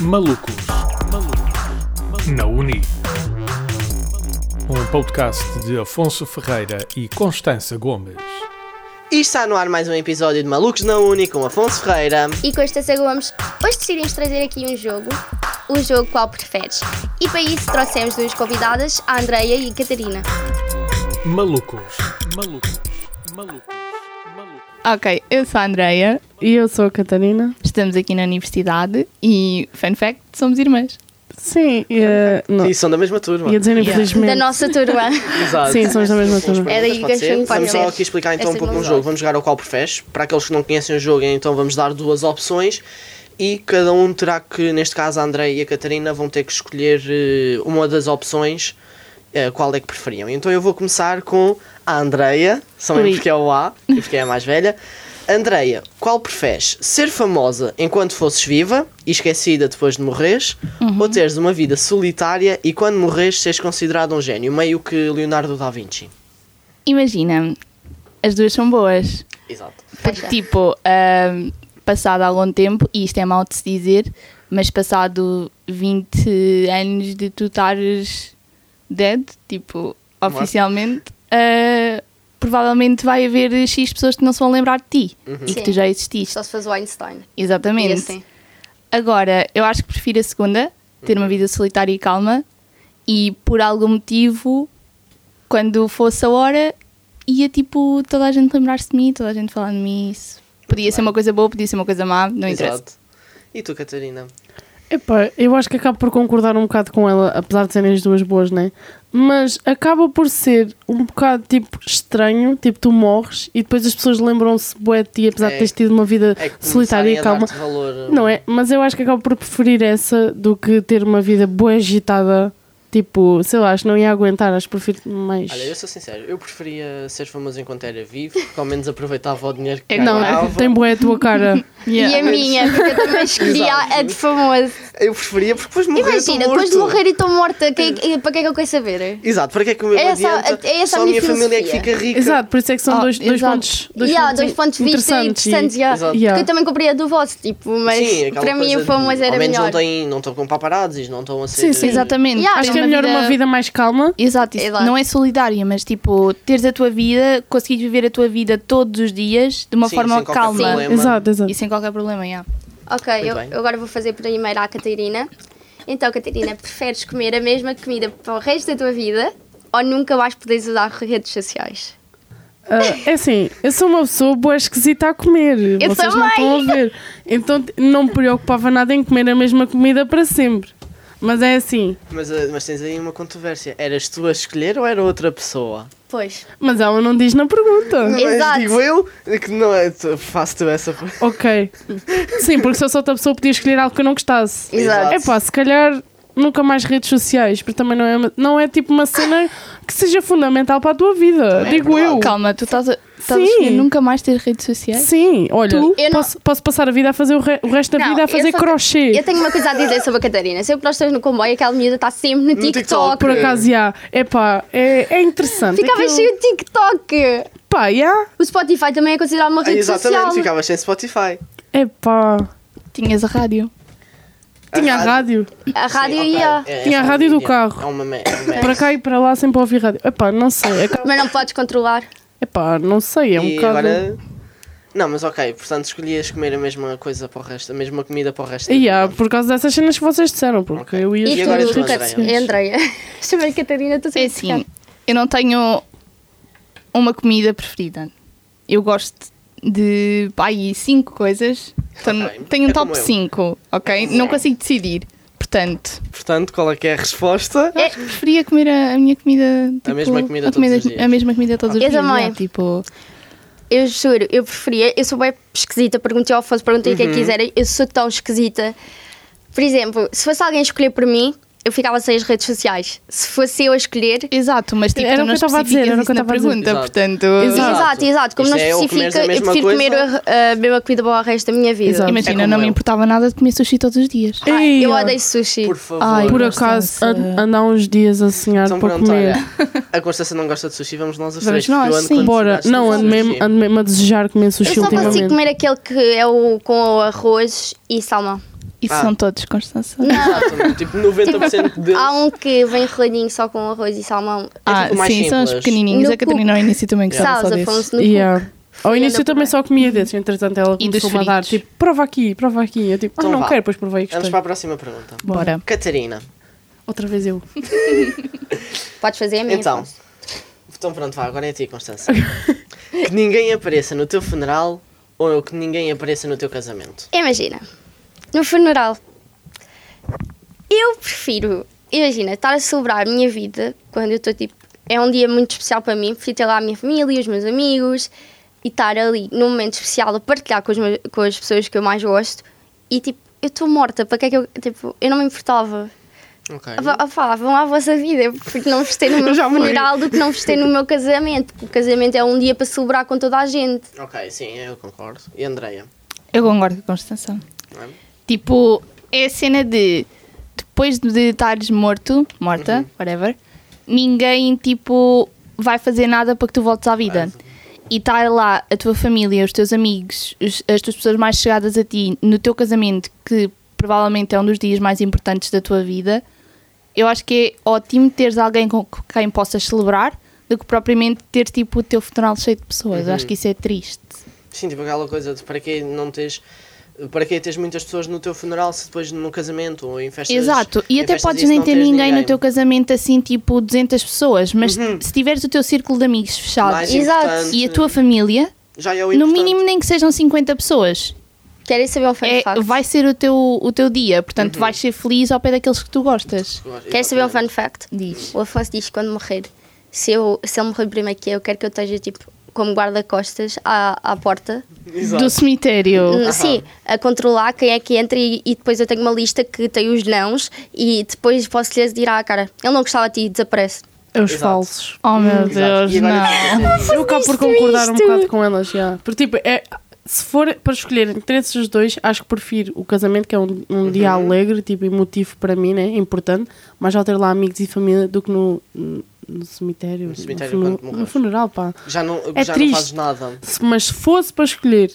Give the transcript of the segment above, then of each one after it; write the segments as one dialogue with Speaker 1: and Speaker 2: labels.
Speaker 1: Malucos. Na Uni. Um podcast de Afonso Ferreira e Constança Gomes.
Speaker 2: E está no ar mais um episódio de Malucos na Uni com Afonso Ferreira.
Speaker 3: e Constança Gomes, hoje decidimos trazer aqui um jogo, o jogo qual preferes. E para isso trouxemos duas convidadas, a Andreia e a Catarina.
Speaker 1: Malucos. Malucos. Malucos. Malucos.
Speaker 4: Ok, eu sou a Andreia,
Speaker 5: E eu sou a Catarina.
Speaker 4: estamos aqui na universidade e, fun fact, somos irmãs.
Speaker 5: Sim, e, eh, não,
Speaker 2: E são da mesma turma.
Speaker 5: ia dizer
Speaker 4: Yeah.
Speaker 5: infelizmente.
Speaker 3: Da nossa turma.
Speaker 2: Exato.
Speaker 5: Sim, somos da mesma
Speaker 2: Vamos
Speaker 5: turma.
Speaker 2: para
Speaker 3: É
Speaker 2: outras,
Speaker 3: daí que
Speaker 2: pode
Speaker 3: achei
Speaker 2: ser?
Speaker 3: que pode
Speaker 2: Vamos só
Speaker 3: ser.
Speaker 2: aqui explicar então
Speaker 3: Essa
Speaker 2: um pouco
Speaker 3: não
Speaker 2: um
Speaker 3: dá.
Speaker 2: jogo. Vamos jogar ao qual preferes. Para aqueles que não conhecem o jogo, então vamos dar duas opções e cada um terá que, neste caso, a André e a Catarina vão ter que escolher eh, uma das opções, eh, qual é que preferiam. Então eu vou começar com a Andreia, só mesmo
Speaker 5: Ui.
Speaker 2: porque é o A e porque é a mais velha. Andreia, qual preferes? Ser famosa enquanto fosses viva e esquecida depois de morreres
Speaker 4: Uhum.
Speaker 2: ou teres uma vida solitária e quando morreres seres considerado um gênio, meio que Leonardo da Vinci?
Speaker 4: Imagina, as duas são boas.
Speaker 2: Exato.
Speaker 4: Porque, tipo, ahm, passado algum tempo, e isto é mau de se dizer, mas passado 20 anos de tu estares dead, tipo, oficialmente, ah, provavelmente vai haver X pessoas que não se vão lembrar de ti e que
Speaker 3: Sim.
Speaker 4: tu já exististe.
Speaker 3: Só se fosse o Einstein.
Speaker 4: Exatamente.
Speaker 3: E assim.
Speaker 4: Agora, eu acho que prefiro a segunda, ter
Speaker 2: Uhum.
Speaker 4: uma vida solitária e calma, e por algum motivo, quando fosse a hora, ia tipo toda a gente lembrar-se de mim, toda a gente falar de mim. Isso podia ser uma coisa boa, podia ser uma coisa má, não interessa.
Speaker 2: Exato. E tu, Catarina?
Speaker 5: Epá, eu acho que acabo por concordar um bocado com ela, apesar de serem as duas boas, né? Mas acaba por ser um bocado tipo estranho, tipo tu morres e depois as pessoas lembram-se bué de ti, apesar
Speaker 2: É.
Speaker 5: de teres tido uma vida
Speaker 2: É que
Speaker 5: solitária
Speaker 2: começarem
Speaker 5: e
Speaker 2: a
Speaker 5: calma.
Speaker 2: dar-te Valor,
Speaker 5: Não é? Mas eu acho que acabo por preferir essa do que ter uma vida boa agitada. Tipo, sei lá, acho que não ia aguentar, acho que prefiro mais.
Speaker 2: Olha, eu sou sincero, eu preferia ser famoso enquanto era vivo, porque ao menos aproveitava o dinheiro que
Speaker 4: É,
Speaker 5: Não,
Speaker 2: ganhava.
Speaker 5: tem boé a tua cara.
Speaker 3: E a minha, porque eu também escolhi a a de famoso.
Speaker 2: Eu preferia porque depois de morrer. eu estou
Speaker 3: Imagina, depois de
Speaker 2: morto.
Speaker 3: morrer e estou morta, que- que- para que é que eu quero saber?
Speaker 2: Exato, para que é que o meu
Speaker 3: É essa-
Speaker 2: adianta?
Speaker 3: é essa a
Speaker 2: Só a
Speaker 3: minha
Speaker 2: minha família é que
Speaker 3: filosofia.
Speaker 2: fica rica.
Speaker 5: Exato, por isso é que são
Speaker 3: Oh,
Speaker 4: Ah,
Speaker 5: dois, dois
Speaker 4: exato.
Speaker 5: pontos.
Speaker 3: Dois, dois pontos de vista interessantes,
Speaker 5: interessantes
Speaker 3: yeah.
Speaker 2: Exato.
Speaker 3: porque
Speaker 5: Yeah.
Speaker 3: eu também compreendo o vosso, tipo, mas
Speaker 2: Sim, aquela
Speaker 3: para mim
Speaker 2: coisa
Speaker 3: o
Speaker 2: de-
Speaker 3: famoso era
Speaker 2: ao menos
Speaker 3: melhor.
Speaker 2: Não têm- não estão com paparazzis, não estão a ser.
Speaker 5: Sim, sim.
Speaker 4: Exatamente.
Speaker 3: Yeah,
Speaker 5: Acho
Speaker 3: Tem
Speaker 5: que é melhor uma vida mais calma.
Speaker 4: Exato, isso
Speaker 3: Exato.
Speaker 4: não é solidária, mas tipo, teres a tua vida, conseguires viver a tua vida todos os dias de uma
Speaker 2: Sim,
Speaker 4: forma
Speaker 2: sem qualquer
Speaker 4: calma
Speaker 2: problema.
Speaker 5: Exato, exato.
Speaker 4: e sem qualquer problema. Yeah.
Speaker 3: Ok,
Speaker 2: Muito
Speaker 3: eu,
Speaker 2: bem.
Speaker 3: eu agora vou fazer primeiro à Catarina. Então, Catarina, preferes comer a mesma comida para o resto da tua vida ou nunca mais poderes usar redes sociais?
Speaker 5: Ah, é assim, eu sou uma pessoa boa esquisita a comer.
Speaker 3: Eu
Speaker 5: Vocês
Speaker 3: também.
Speaker 5: não estão a ver. Então t- não me preocupava nada em comer a mesma comida para sempre. Mas é assim.
Speaker 2: Mas, ah, mas tens aí uma controvérsia. Eras tu a escolher ou era outra pessoa?
Speaker 3: Pois.
Speaker 5: Mas ela não diz na pergunta.
Speaker 3: Exato.
Speaker 2: Mas digo eu que não é. tu- Faço tu essa.
Speaker 5: ok. Sim, porque se eu sou outra pessoa podia escolher algo que eu não gostasse.
Speaker 3: Exato.
Speaker 5: É pá, se calhar nunca mais redes sociais, porque também não é, uma- não é tipo uma cena que seja fundamental para a tua
Speaker 3: é
Speaker 5: vida. digo eu.
Speaker 4: Calma, tu estás a, estás a
Speaker 5: Sim.
Speaker 4: escolher nunca mais ter redes
Speaker 2: É?
Speaker 4: sociais?
Speaker 5: Sim, olha,
Speaker 3: Eu não-
Speaker 5: posso, posso passar a vida a fazer o, re- o resto da
Speaker 3: Não,
Speaker 5: vida a
Speaker 3: eu
Speaker 5: fazer
Speaker 3: só-
Speaker 5: crochê.
Speaker 3: Eu tenho uma coisa a dizer sobre a Catarina. Sempre que nós estamos no comboio, aquela miúda está sempre no,
Speaker 2: TikTok.
Speaker 3: TikTok.
Speaker 5: Por acaso, já. Epá, é, é interessante.
Speaker 3: Ficava
Speaker 5: Aquilo-
Speaker 3: cheio de TikTok.
Speaker 5: Pá, já.
Speaker 3: O Spotify também é considerado uma rede
Speaker 2: Ah, Exatamente,
Speaker 3: social.
Speaker 2: ficavas sem Spotify.
Speaker 5: Epá.
Speaker 4: Tinhas a rádio.
Speaker 5: Tinha a rádio.
Speaker 3: A rádio
Speaker 2: Sim, ok.
Speaker 3: ia.
Speaker 2: É-
Speaker 5: Tinha
Speaker 2: é
Speaker 5: a
Speaker 2: só
Speaker 5: rádio
Speaker 2: uma
Speaker 5: do
Speaker 2: mídia.
Speaker 5: carro.
Speaker 2: É uma me- é uma merda.
Speaker 5: Para cá e para lá sempre ouvi rádio. Epá, não sei. Acaba-
Speaker 3: Mas não podes controlar.
Speaker 5: Epá, não sei. É um
Speaker 2: e
Speaker 5: bocado.
Speaker 2: agora... Não, mas ok, portanto escolhias comer a mesma coisa para o resto, a mesma comida para o resto. da
Speaker 5: Ya,
Speaker 2: vida.
Speaker 5: por causa dessas cenas que vocês disseram, porque
Speaker 2: Ok.
Speaker 5: eu ia
Speaker 2: E
Speaker 3: E,
Speaker 5: escolher
Speaker 2: agora
Speaker 5: as
Speaker 3: tu,
Speaker 2: escolhe
Speaker 5: redes
Speaker 2: Andreia.
Speaker 3: Catarina.
Speaker 5: sociais.
Speaker 3: É Andreia. Chamei Catarina, estou
Speaker 4: É
Speaker 3: sempre
Speaker 4: assim, eu não tenho uma comida preferida. Eu gosto de pá, aí cinco coisas. Então,
Speaker 2: Ok,
Speaker 4: Tenho um
Speaker 2: é como
Speaker 4: top
Speaker 2: eu.
Speaker 4: 5, ok? Não consigo decidir.
Speaker 5: ah.
Speaker 4: Portanto,
Speaker 2: Portanto, qual é que é a resposta?
Speaker 4: eu acho que preferia comer a, a minha comida. tipo,
Speaker 2: mesma comida
Speaker 4: a,
Speaker 2: todos os dias.
Speaker 4: a mesma comida todos os
Speaker 3: Eu
Speaker 4: dias.
Speaker 3: também.
Speaker 4: não, Tipo,
Speaker 3: Eu juro, eu preferia. Eu sou bem esquisita. Perguntei ao Afonso, perguntei
Speaker 2: Uhum.
Speaker 3: quem quiser. Eu sou tão esquisita. Por exemplo, se fosse alguém escolher por mim, eu ficava sem as redes sociais. Se fosse eu a escolher.
Speaker 4: exato, mas tipo, tu
Speaker 5: Era o que
Speaker 4: não
Speaker 5: eu estava a dizer,
Speaker 4: especificas
Speaker 5: era o
Speaker 4: isso
Speaker 5: que eu
Speaker 4: na
Speaker 5: estava a dizer.
Speaker 4: pergunta,
Speaker 2: Exato.
Speaker 4: portanto.
Speaker 5: Exato.
Speaker 3: Exato, exato. Como
Speaker 2: Isto
Speaker 3: não
Speaker 2: é, ou comeres
Speaker 3: especifica,
Speaker 2: a
Speaker 3: eu
Speaker 2: mesma
Speaker 3: prefiro comer
Speaker 2: coisa-
Speaker 3: a, a mesma comida para o resto da minha vida.
Speaker 5: Exato.
Speaker 4: Imagina,
Speaker 2: É como
Speaker 4: não
Speaker 2: eu.
Speaker 4: me importava nada de comer sushi todos os dias.
Speaker 3: Ai,
Speaker 5: Ei,
Speaker 3: eu
Speaker 5: ó.
Speaker 3: odeio sushi.
Speaker 2: Por favor.
Speaker 4: Ai,
Speaker 5: Por
Speaker 4: Eu
Speaker 5: acaso,
Speaker 4: gosto
Speaker 5: an-
Speaker 2: eh?
Speaker 4: dessa-
Speaker 5: andar uns dias a sonhar
Speaker 2: Então
Speaker 5: para
Speaker 2: pronto,
Speaker 5: comer.
Speaker 2: olha, a Constância não gosta de sushi, vamos nós os
Speaker 4: Vamos
Speaker 2: três. porque
Speaker 4: nós,
Speaker 2: eu ando
Speaker 4: sim.
Speaker 2: com
Speaker 5: Bora,
Speaker 2: necessidades de
Speaker 5: não,
Speaker 2: sushi.
Speaker 5: ando mesmo, ando mesmo a desejar comer
Speaker 3: eu
Speaker 5: sushi
Speaker 3: só consigo
Speaker 5: ultimamente.
Speaker 3: comer aquele que é o com arroz e salmão.
Speaker 4: Isso
Speaker 2: Ah.
Speaker 4: são todos, Constança.
Speaker 2: Exatamente, tipo 90% de.
Speaker 3: Há um que vem roladinho só com arroz e salmão.
Speaker 4: Ah,
Speaker 2: tipo
Speaker 4: sim,
Speaker 2: mais
Speaker 4: são os
Speaker 2: simples.
Speaker 4: pequenininhos.
Speaker 3: No
Speaker 4: a Catarina ao início também
Speaker 3: Que
Speaker 4: gostava
Speaker 3: sabes,
Speaker 4: só desses.
Speaker 3: Afonso, no
Speaker 5: Yeah. Ao
Speaker 3: Fui
Speaker 5: início
Speaker 3: andar
Speaker 5: eu também
Speaker 3: por
Speaker 5: só
Speaker 2: Uhum.
Speaker 5: comia desses, entretanto ela
Speaker 4: E dos
Speaker 5: começou a dar
Speaker 4: fritos.
Speaker 5: tipo, prova aqui, prova aqui. Eu tipo,
Speaker 2: Então
Speaker 5: ah, não
Speaker 2: vá.
Speaker 5: quero, depois provei e
Speaker 2: Vamos
Speaker 5: gostei.
Speaker 2: para a próxima pergunta.
Speaker 4: Bora.
Speaker 2: Catarina,
Speaker 5: Outra vez eu.
Speaker 3: Podes fazer a minha.
Speaker 2: então.
Speaker 3: Afonso.
Speaker 2: Então pronto, vá, agora é a ti, Constância. que ninguém apareça no teu funeral ou que ninguém apareça no teu casamento.
Speaker 3: Imagina, no funeral, eu prefiro, imagina, estar a celebrar a minha vida quando eu estou tipo. É um dia muito especial para mim, prefiro ter lá a minha família, os meus amigos e estar ali num momento especial a partilhar com, os meus- com as pessoas que eu mais gosto e tipo, eu estou morta, para que é que eu. Tipo, eu não me importava.
Speaker 2: Ok.
Speaker 3: Vá- ah, pá, vão à vossa vida, porque não festei no meu funeral do que não festei no meu casamento, porque o casamento é um dia para celebrar com toda a gente.
Speaker 2: Ok, sim, eu concordo. E Andreia?
Speaker 4: Eu concordo com Constança.
Speaker 2: Não é?
Speaker 4: Tipo, é a cena de depois de estares morto, morta,
Speaker 2: Uhum.
Speaker 4: whatever, ninguém tipo vai fazer nada para que tu voltes à vida. E estar lá a tua família, os teus amigos, os- as tuas pessoas mais chegadas a ti no teu casamento, que provavelmente é um dos dias mais importantes da tua vida, eu acho que é ótimo teres alguém com quem possas celebrar do que propriamente ter tipo o teu funeral cheio de pessoas.
Speaker 2: Uhum.
Speaker 4: Eu acho que isso é triste.
Speaker 2: Sim, tipo aquela coisa de para que não tens. Para que tens muitas pessoas no teu funeral se depois no casamento ou em festas.
Speaker 4: Exato,
Speaker 2: em
Speaker 4: e até
Speaker 2: festas
Speaker 4: podes
Speaker 2: isso
Speaker 4: nem
Speaker 2: não
Speaker 4: ter
Speaker 2: tens
Speaker 4: ninguém, no teu casamento assim, tipo 200 pessoas, mas se tiveres o teu círculo de amigos fechado
Speaker 2: Uhum. Mais
Speaker 3: Exato.
Speaker 2: importante,
Speaker 4: e a tua família,
Speaker 2: Já é o
Speaker 4: no
Speaker 2: importante.
Speaker 4: mínimo nem que sejam 50 pessoas,
Speaker 3: Querem saber um fun
Speaker 4: é,
Speaker 3: fact?
Speaker 4: vai ser o teu, o teu dia,
Speaker 2: Uhum.
Speaker 4: portanto vais ser feliz ao pé daqueles que tu gostas.
Speaker 2: Eu acho-
Speaker 3: Querem saber um fun
Speaker 2: exatamente.
Speaker 3: fact?
Speaker 4: Diz.
Speaker 3: O Afonso diz que quando morrer, se, eu, se ele morrer primeiro que eu, quero que eu esteja tipo como guarda-costas à, à porta.
Speaker 2: Exato.
Speaker 4: Do cemitério.
Speaker 2: Uhum.
Speaker 3: Hum, Sim, a controlar quem é que entra e, e depois eu tenho uma lista que tem os nãos e depois posso lhes dizer à cara, ele não gostava de ti, desaparece.
Speaker 5: É os
Speaker 2: Exato.
Speaker 5: falsos.
Speaker 4: Oh meu
Speaker 2: Exato.
Speaker 4: Deus,
Speaker 2: E agora
Speaker 4: não.
Speaker 2: é que acontece.
Speaker 5: Eu acabo por concordar um bocado com elas, já. Porque, tipo, é, se for para escolher entre esses dois, acho que prefiro o casamento, que é um, um dia
Speaker 2: Uhum.
Speaker 5: alegre, tipo, emotivo para mim, né? Importante. Mas já ter lá amigos e família do que no, no cemitério. No
Speaker 2: cemitério,
Speaker 5: fun-
Speaker 2: quando
Speaker 5: no,
Speaker 2: morres.
Speaker 5: funeral, pá.
Speaker 2: Já não,
Speaker 5: É
Speaker 2: já
Speaker 5: triste.
Speaker 2: não fazes nada.
Speaker 5: Se- mas se fosse para escolher,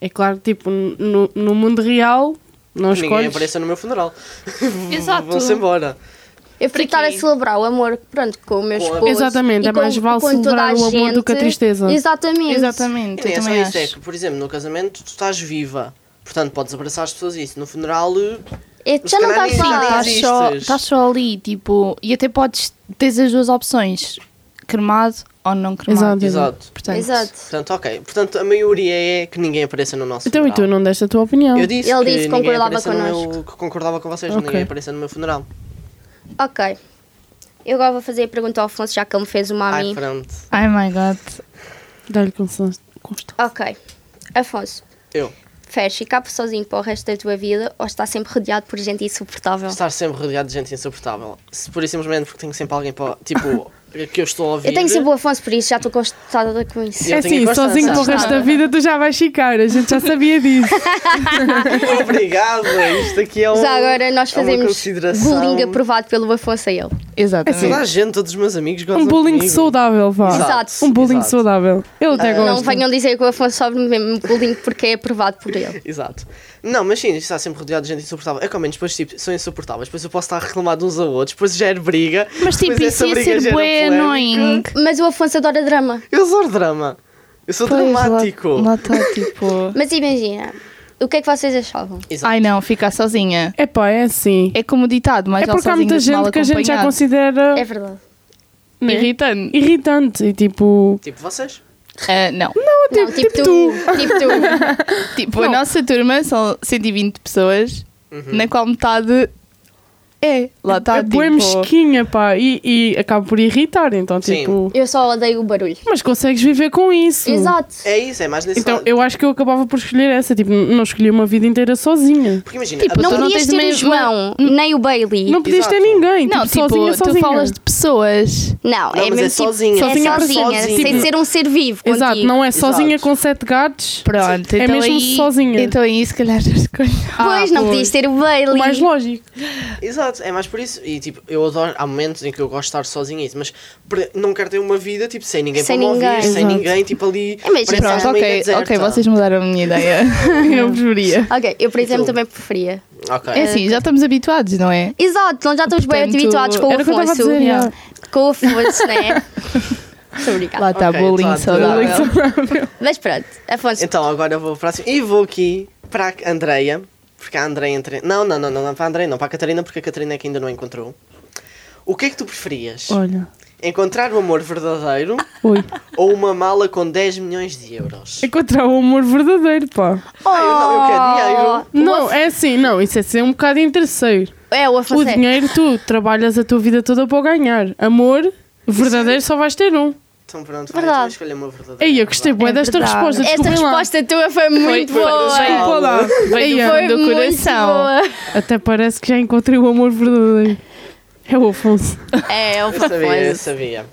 Speaker 5: é claro, tipo, no, no mundo real, não
Speaker 2: Que ninguém
Speaker 5: escolhes.
Speaker 2: apareça no meu funeral.
Speaker 4: Exato.
Speaker 2: Vão-se embora.
Speaker 3: Eu prefiro estar a celebrar o amor, pronto, com o meu
Speaker 2: Com a-
Speaker 3: esposo.
Speaker 5: Exatamente,
Speaker 3: e
Speaker 5: é mais
Speaker 3: com-
Speaker 5: vale
Speaker 3: com toda
Speaker 5: celebrar
Speaker 3: a
Speaker 5: o amor do que a
Speaker 3: gente.
Speaker 5: tristeza.
Speaker 3: Exatamente.
Speaker 2: E
Speaker 4: Exatamente,
Speaker 2: nem
Speaker 4: eu
Speaker 2: é só
Speaker 4: também
Speaker 2: isso, é
Speaker 4: acho.
Speaker 2: que, por exemplo, no casamento tu estás viva. Portanto, podes abraçar as pessoas e isso. No funeral, eh,
Speaker 3: É,
Speaker 2: Mas
Speaker 3: já não
Speaker 2: se calhar
Speaker 3: estás
Speaker 2: nem- nem
Speaker 3: lá.
Speaker 2: existe.
Speaker 4: Estás só,
Speaker 2: Existes.
Speaker 4: estás só ali, tipo, e até podes ter as duas opções, cremado ou não cremado.
Speaker 5: Exato.
Speaker 2: exato.
Speaker 4: Portanto,
Speaker 3: Exato.
Speaker 2: Portanto, ok. Portanto, a maioria é que ninguém apareça no nosso
Speaker 5: Então, e
Speaker 2: funeral.
Speaker 5: tu não deste a tua opinião?
Speaker 2: Eu disse
Speaker 3: Ele
Speaker 2: que
Speaker 3: disse que
Speaker 2: ninguém
Speaker 3: concordava
Speaker 2: apareça no meu-
Speaker 3: connosco.
Speaker 2: que concordava com vocês,
Speaker 5: Ok.
Speaker 2: ninguém apareça no meu funeral.
Speaker 3: Ok. Eu agora vou fazer a pergunta ao Afonso, já que ele me fez uma a
Speaker 2: Ai,
Speaker 3: mim.
Speaker 2: pronto.
Speaker 4: Ai my god.
Speaker 5: Dá-lhe constância. Constância.
Speaker 3: Ok. Afonso,
Speaker 2: Eu.
Speaker 3: preferes ficar por sozinho para o resto da tua vida ou estar sempre rodeado por gente insuportável?
Speaker 2: Estar sempre rodeado de gente insuportável. Se por e simplesmente porque tenho sempre alguém para, tipo, que eu estou a ouvir.
Speaker 3: Eu tenho sempre o Afonso por isso, já estou constatada com isso.
Speaker 2: Eu
Speaker 5: É
Speaker 2: tenho
Speaker 5: assim,
Speaker 2: constância.
Speaker 5: sozinho para o resto da vida tu já vais ficar, a gente já sabia disso.
Speaker 2: Obrigado, isto aqui é um.
Speaker 3: Já agora nós
Speaker 2: é uma
Speaker 3: fazemos
Speaker 2: consideração.
Speaker 3: bullying aprovado pelo Afonso a ele.
Speaker 4: Exatamente.
Speaker 2: Toda a gente, todos os meus amigos gostam
Speaker 5: um bullying
Speaker 2: comigo.
Speaker 5: saudável, vá.
Speaker 3: Exato.
Speaker 5: Um bullying
Speaker 2: Exato.
Speaker 5: saudável. Eu até gosto.
Speaker 3: Não venham dizer que o Afonso sobe no mesmo bullying porque é aprovado por ele.
Speaker 2: Exato. Não, mas sim, está sempre rodeado de gente insuportável. É que ao menos depois tipo, são insuportáveis, depois eu posso estar a reclamar de uns a outros, depois gera briga.
Speaker 4: Mas tipo,
Speaker 2: depois
Speaker 4: isso
Speaker 2: essa
Speaker 4: ia
Speaker 2: briga
Speaker 4: ser
Speaker 2: gera
Speaker 4: bué
Speaker 2: polémica.
Speaker 4: annoying.
Speaker 3: Mas o Afonso adora drama.
Speaker 2: Eu sou drama. Eu sou dramático.
Speaker 4: Lá está, tipo...
Speaker 3: Mas imagina, o que é que vocês achavam?
Speaker 2: Exato.
Speaker 4: Ai não, ficar sozinha.
Speaker 5: É pá, é assim.
Speaker 4: É como o ditado, mas
Speaker 5: É porque há muita gente que a gente já considera
Speaker 3: É verdade.
Speaker 5: né,
Speaker 4: irritante.
Speaker 5: irritante e tipo.
Speaker 2: Tipo vocês?
Speaker 4: Ah, não.
Speaker 3: Não, tipo, tu. Tipo tu.
Speaker 4: Tipo, a nossa turma são 120 pessoas, na qual metade é. Lá está,
Speaker 5: é
Speaker 4: tipo...
Speaker 5: boa mesquinha, pá. E, e acaba por irritar, então,
Speaker 2: Sim.
Speaker 5: tipo.
Speaker 3: Eu só odeio o barulho.
Speaker 5: Mas consegues viver com isso.
Speaker 3: Exato.
Speaker 2: É isso, é mais nesse
Speaker 5: Então,
Speaker 2: lado.
Speaker 5: eu acho que eu acabava por escolher essa. Tipo, não escolhi uma vida inteira sozinha.
Speaker 2: Porque imagina,
Speaker 4: Tipo,
Speaker 2: a-
Speaker 3: Não
Speaker 4: tu não
Speaker 3: podias
Speaker 4: tens
Speaker 3: ter o
Speaker 4: mesmo-
Speaker 3: João, nem o Bailey.
Speaker 5: Não
Speaker 3: Não,
Speaker 5: podias ter
Speaker 2: Exato.
Speaker 5: ninguém.
Speaker 4: Não,
Speaker 5: tipo, sozinha,
Speaker 4: tipo,
Speaker 5: sozinha.
Speaker 4: tu falas de pessoas.
Speaker 3: é
Speaker 2: mas
Speaker 3: mesmo
Speaker 2: é
Speaker 3: tipo,
Speaker 2: sozinha.
Speaker 5: Sozinha
Speaker 3: é
Speaker 5: para
Speaker 3: sozinha,
Speaker 5: sozinha.
Speaker 3: sem
Speaker 5: Tipo,
Speaker 3: ser um ser vivo tipo,
Speaker 5: Exato,
Speaker 3: contigo.
Speaker 5: não é sozinha
Speaker 2: Exato.
Speaker 5: com sete gatos.
Speaker 4: Pronto,
Speaker 5: É
Speaker 4: então
Speaker 5: mesmo
Speaker 4: aí,
Speaker 5: sozinha.
Speaker 4: Então aí se calhar já escolho.
Speaker 3: Pois,
Speaker 5: Ah,
Speaker 3: não podias ter o
Speaker 5: O
Speaker 3: Bailey.
Speaker 5: mais lógico.
Speaker 2: Exato, é mais por isso. E tipo, eu adoro. Há momentos em que eu gosto de estar sozinho e isso, mas pre- não quero ter uma vida tipo sem ninguém
Speaker 3: Sem
Speaker 2: para me ouvir,
Speaker 3: ninguém.
Speaker 2: sem
Speaker 5: Exato.
Speaker 2: ninguém, tipo ali.
Speaker 3: Imagina,
Speaker 2: parece
Speaker 3: pronto,
Speaker 2: uma ilha
Speaker 4: ok,
Speaker 2: deserta.
Speaker 4: ok, vocês mudaram a minha ideia. eu preferia.
Speaker 3: Ok, eu por exemplo
Speaker 2: tu?
Speaker 3: também preferia
Speaker 2: Ok.
Speaker 4: É assim, já estamos habituados, não é?
Speaker 3: Exato, nós já estamos bem
Speaker 4: Portanto,
Speaker 3: habituados com o
Speaker 5: era o que eu estava a
Speaker 3: Afonso.
Speaker 5: dizer.
Speaker 4: yeah.
Speaker 3: Com o Afonso, né? Muito
Speaker 4: Lá
Speaker 3: obrigada.
Speaker 4: está,
Speaker 2: Ok,
Speaker 4: bullying
Speaker 2: claro.
Speaker 4: saudável.
Speaker 3: Mas pronto, Afonso,
Speaker 2: Então agora eu vou para próximo. E vou aqui para a Andreia. Porque a Andreia. entre- Não, não, não, não, não, para a Andreia, não, para a Catarina, porque a Catarina é que ainda não encontrou. O que é que tu preferias?
Speaker 5: Olha.
Speaker 2: Encontrar o amor verdadeiro
Speaker 5: Ui.
Speaker 2: ou uma mala com 10 milhões de euros?
Speaker 5: Encontrar é o amor verdadeiro, pá.
Speaker 2: Ah, eu não, eu
Speaker 3: Oh.
Speaker 2: quero dinheiro.
Speaker 5: Não, é assim, não, isso é ser um bocado interesseiro.
Speaker 3: é o
Speaker 5: O
Speaker 3: Afonso. é-
Speaker 5: dinheiro tu trabalhas a tua vida toda para o ganhar. Amor verdadeiro só vais ter um.
Speaker 2: Então pronto, vai,
Speaker 3: Verdade.
Speaker 2: então escolha uma verdadeira.
Speaker 5: Ei, eu gostei bué
Speaker 4: É
Speaker 5: desta
Speaker 4: verdade.
Speaker 5: resposta,
Speaker 3: Esta
Speaker 5: desculpem lá.
Speaker 3: resposta tua foi muito
Speaker 5: foi-
Speaker 3: boa.
Speaker 5: desculpa lá. Ei,
Speaker 4: do
Speaker 5: eu-
Speaker 3: Foi
Speaker 4: fundo do
Speaker 3: muito
Speaker 4: coração.
Speaker 3: boa.
Speaker 5: Até parece que já encontrei o amor verdadeiro. É o Afonso.
Speaker 3: É, o
Speaker 2: Eu sabia, eu
Speaker 3: Afonso.
Speaker 2: sabia.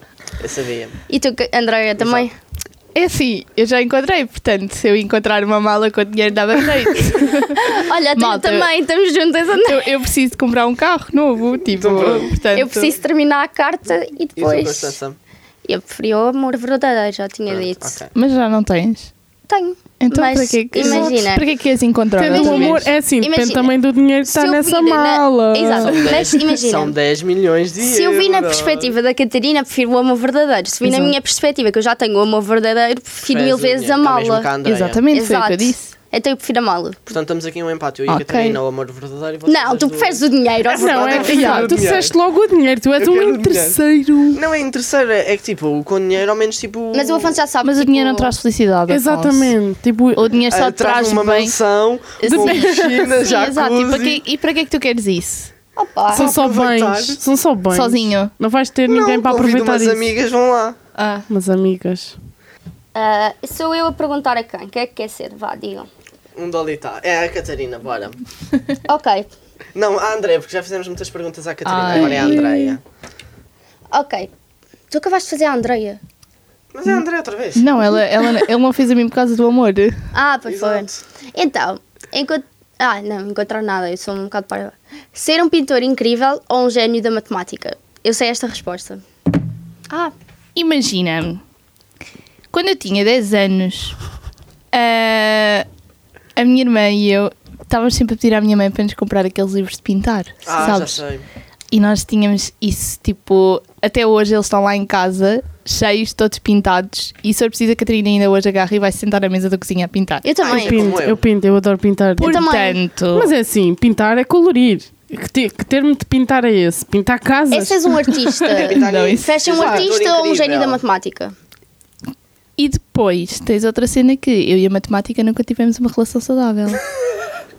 Speaker 2: Eu sabia.
Speaker 3: E tu, Andréia, também?
Speaker 4: É assim, eu já encontrei, portanto, se eu encontrar uma mala com dinheiro dava jeito.
Speaker 3: Olha, tu
Speaker 4: Malta.
Speaker 3: também, estamos juntas, André.
Speaker 4: eu, eu preciso de comprar um carro novo, tipo,
Speaker 2: Então pronto.
Speaker 4: portanto...
Speaker 3: Eu preciso terminar a carta e
Speaker 2: E tu,
Speaker 3: depois.
Speaker 2: Constança?
Speaker 3: Eu preferi o amor verdadeiro, já tinha
Speaker 2: Pronto,
Speaker 3: dito.
Speaker 2: ok.
Speaker 4: Mas já não tens.
Speaker 3: Tenho.
Speaker 4: Então
Speaker 3: Mas
Speaker 4: para que é que...
Speaker 3: imagina.
Speaker 4: Para que é que ias encontrar
Speaker 5: Tendo o
Speaker 4: outra
Speaker 5: amor,
Speaker 4: vez?
Speaker 5: é assim, depende
Speaker 3: Imagina,
Speaker 5: também do dinheiro que
Speaker 3: se
Speaker 5: está
Speaker 3: eu
Speaker 5: nessa
Speaker 3: vir na-
Speaker 5: mala.
Speaker 3: Exato.
Speaker 2: São
Speaker 3: Mas
Speaker 2: 10
Speaker 3: imagina.
Speaker 2: São 10 milhões de euros.
Speaker 3: Se eu vi na perspectiva da Catarina, prefiro o amor verdadeiro. Se vi na
Speaker 4: Exato.
Speaker 3: minha perspectiva, que eu já tenho o amor verdadeiro, prefiro mil vezes a
Speaker 2: Então Tá
Speaker 3: mala.
Speaker 2: Exatamente.
Speaker 4: Exatamente, foi o que eu disse.
Speaker 3: Então eu prefiro a mala.
Speaker 2: Portanto, estamos aqui em um empate. Eu e a
Speaker 4: Ok.
Speaker 2: Catarina, o amor verdadeiro. e vocês
Speaker 3: Não,
Speaker 2: as
Speaker 3: tu
Speaker 2: duas.
Speaker 3: preferes o dinheiro. ao
Speaker 5: Não, é
Speaker 3: verdadeiro.
Speaker 5: que já,
Speaker 2: quero
Speaker 5: tu
Speaker 2: dinheiro.
Speaker 5: disseste logo o dinheiro, tu és
Speaker 2: Eu
Speaker 5: um
Speaker 2: quero
Speaker 5: interesseiro.
Speaker 2: Não é interessante, é que tipo, com dinheiro ao menos tipo.
Speaker 3: Mas o Afonso já sabe.
Speaker 4: Mas o
Speaker 3: tipo,
Speaker 4: dinheiro não traz felicidade, Afonso.
Speaker 5: Exatamente. Tipo,
Speaker 4: O dinheiro só
Speaker 2: ah,
Speaker 4: traz
Speaker 2: traz uma
Speaker 4: bem.
Speaker 2: mansão com
Speaker 4: Sim.
Speaker 2: piscina,
Speaker 4: Sim,
Speaker 3: tipo,
Speaker 4: exato. E para,
Speaker 2: jacuzzi.
Speaker 4: que, e para que é que tu queres isso?
Speaker 3: Opa.
Speaker 5: são só
Speaker 2: aproveitar.
Speaker 5: bens. São só bens.
Speaker 4: Sozinho?
Speaker 5: Não vais ter ninguém
Speaker 2: Não,
Speaker 5: para
Speaker 2: convido
Speaker 5: aproveitar
Speaker 2: umas
Speaker 5: isso.
Speaker 2: amigas, vão lá.
Speaker 4: Ah,
Speaker 5: Mas amigas.
Speaker 3: Ah, sou eu a perguntar a quem? Quem é que quer ser? Vá, digam.
Speaker 2: Um dolitá. É a Catarina, bora.
Speaker 3: Ok.
Speaker 2: Não, a Andréia, porque já fizemos muitas perguntas à Catarina,
Speaker 4: Ai.
Speaker 2: agora é a Andréia.
Speaker 3: Ok. Tu acabaste de fazer a Andreia.
Speaker 2: Mas é a Andréia outra vez.
Speaker 4: não, ela, ela, ele não fez a mim por causa do amor.
Speaker 3: Ah, pois foi.
Speaker 2: Exato.
Speaker 3: Então, encont... ah, não, encontrar nada, eu sou um bocado para. Ser um pintor incrível ou um gênio da matemática? Eu sei esta resposta. Ah,
Speaker 4: Imagina-me, quando eu tinha 10 anos, ah, a minha irmã e eu estávamos sempre a pedir à minha mãe para nos comprar aqueles livros de pintar,
Speaker 2: Ah,
Speaker 4: sabes?
Speaker 2: já sei.
Speaker 4: E nós tínhamos isso, tipo, até hoje eles estão lá em casa, cheios, todos pintados, e se eu preciso, a Catarina ainda hoje agarra e vai se sentar na mesa da cozinha a pintar.
Speaker 3: eu também.
Speaker 5: Eu pinto,
Speaker 2: é eu.
Speaker 5: eu pinto, eu adoro pintar.
Speaker 3: também.
Speaker 4: Portanto,
Speaker 5: Mas é assim, pintar é colorir. Que, te- que termo de pintar é esse? Pintar casas?
Speaker 3: Esse és um artista.
Speaker 4: Não, É isso-
Speaker 3: Fecha um
Speaker 2: Exato.
Speaker 3: artista ou um
Speaker 2: Incrível.
Speaker 3: gênio da matemática?
Speaker 4: E depois tens outra cena que eu e a matemática nunca tivemos uma relação saudável.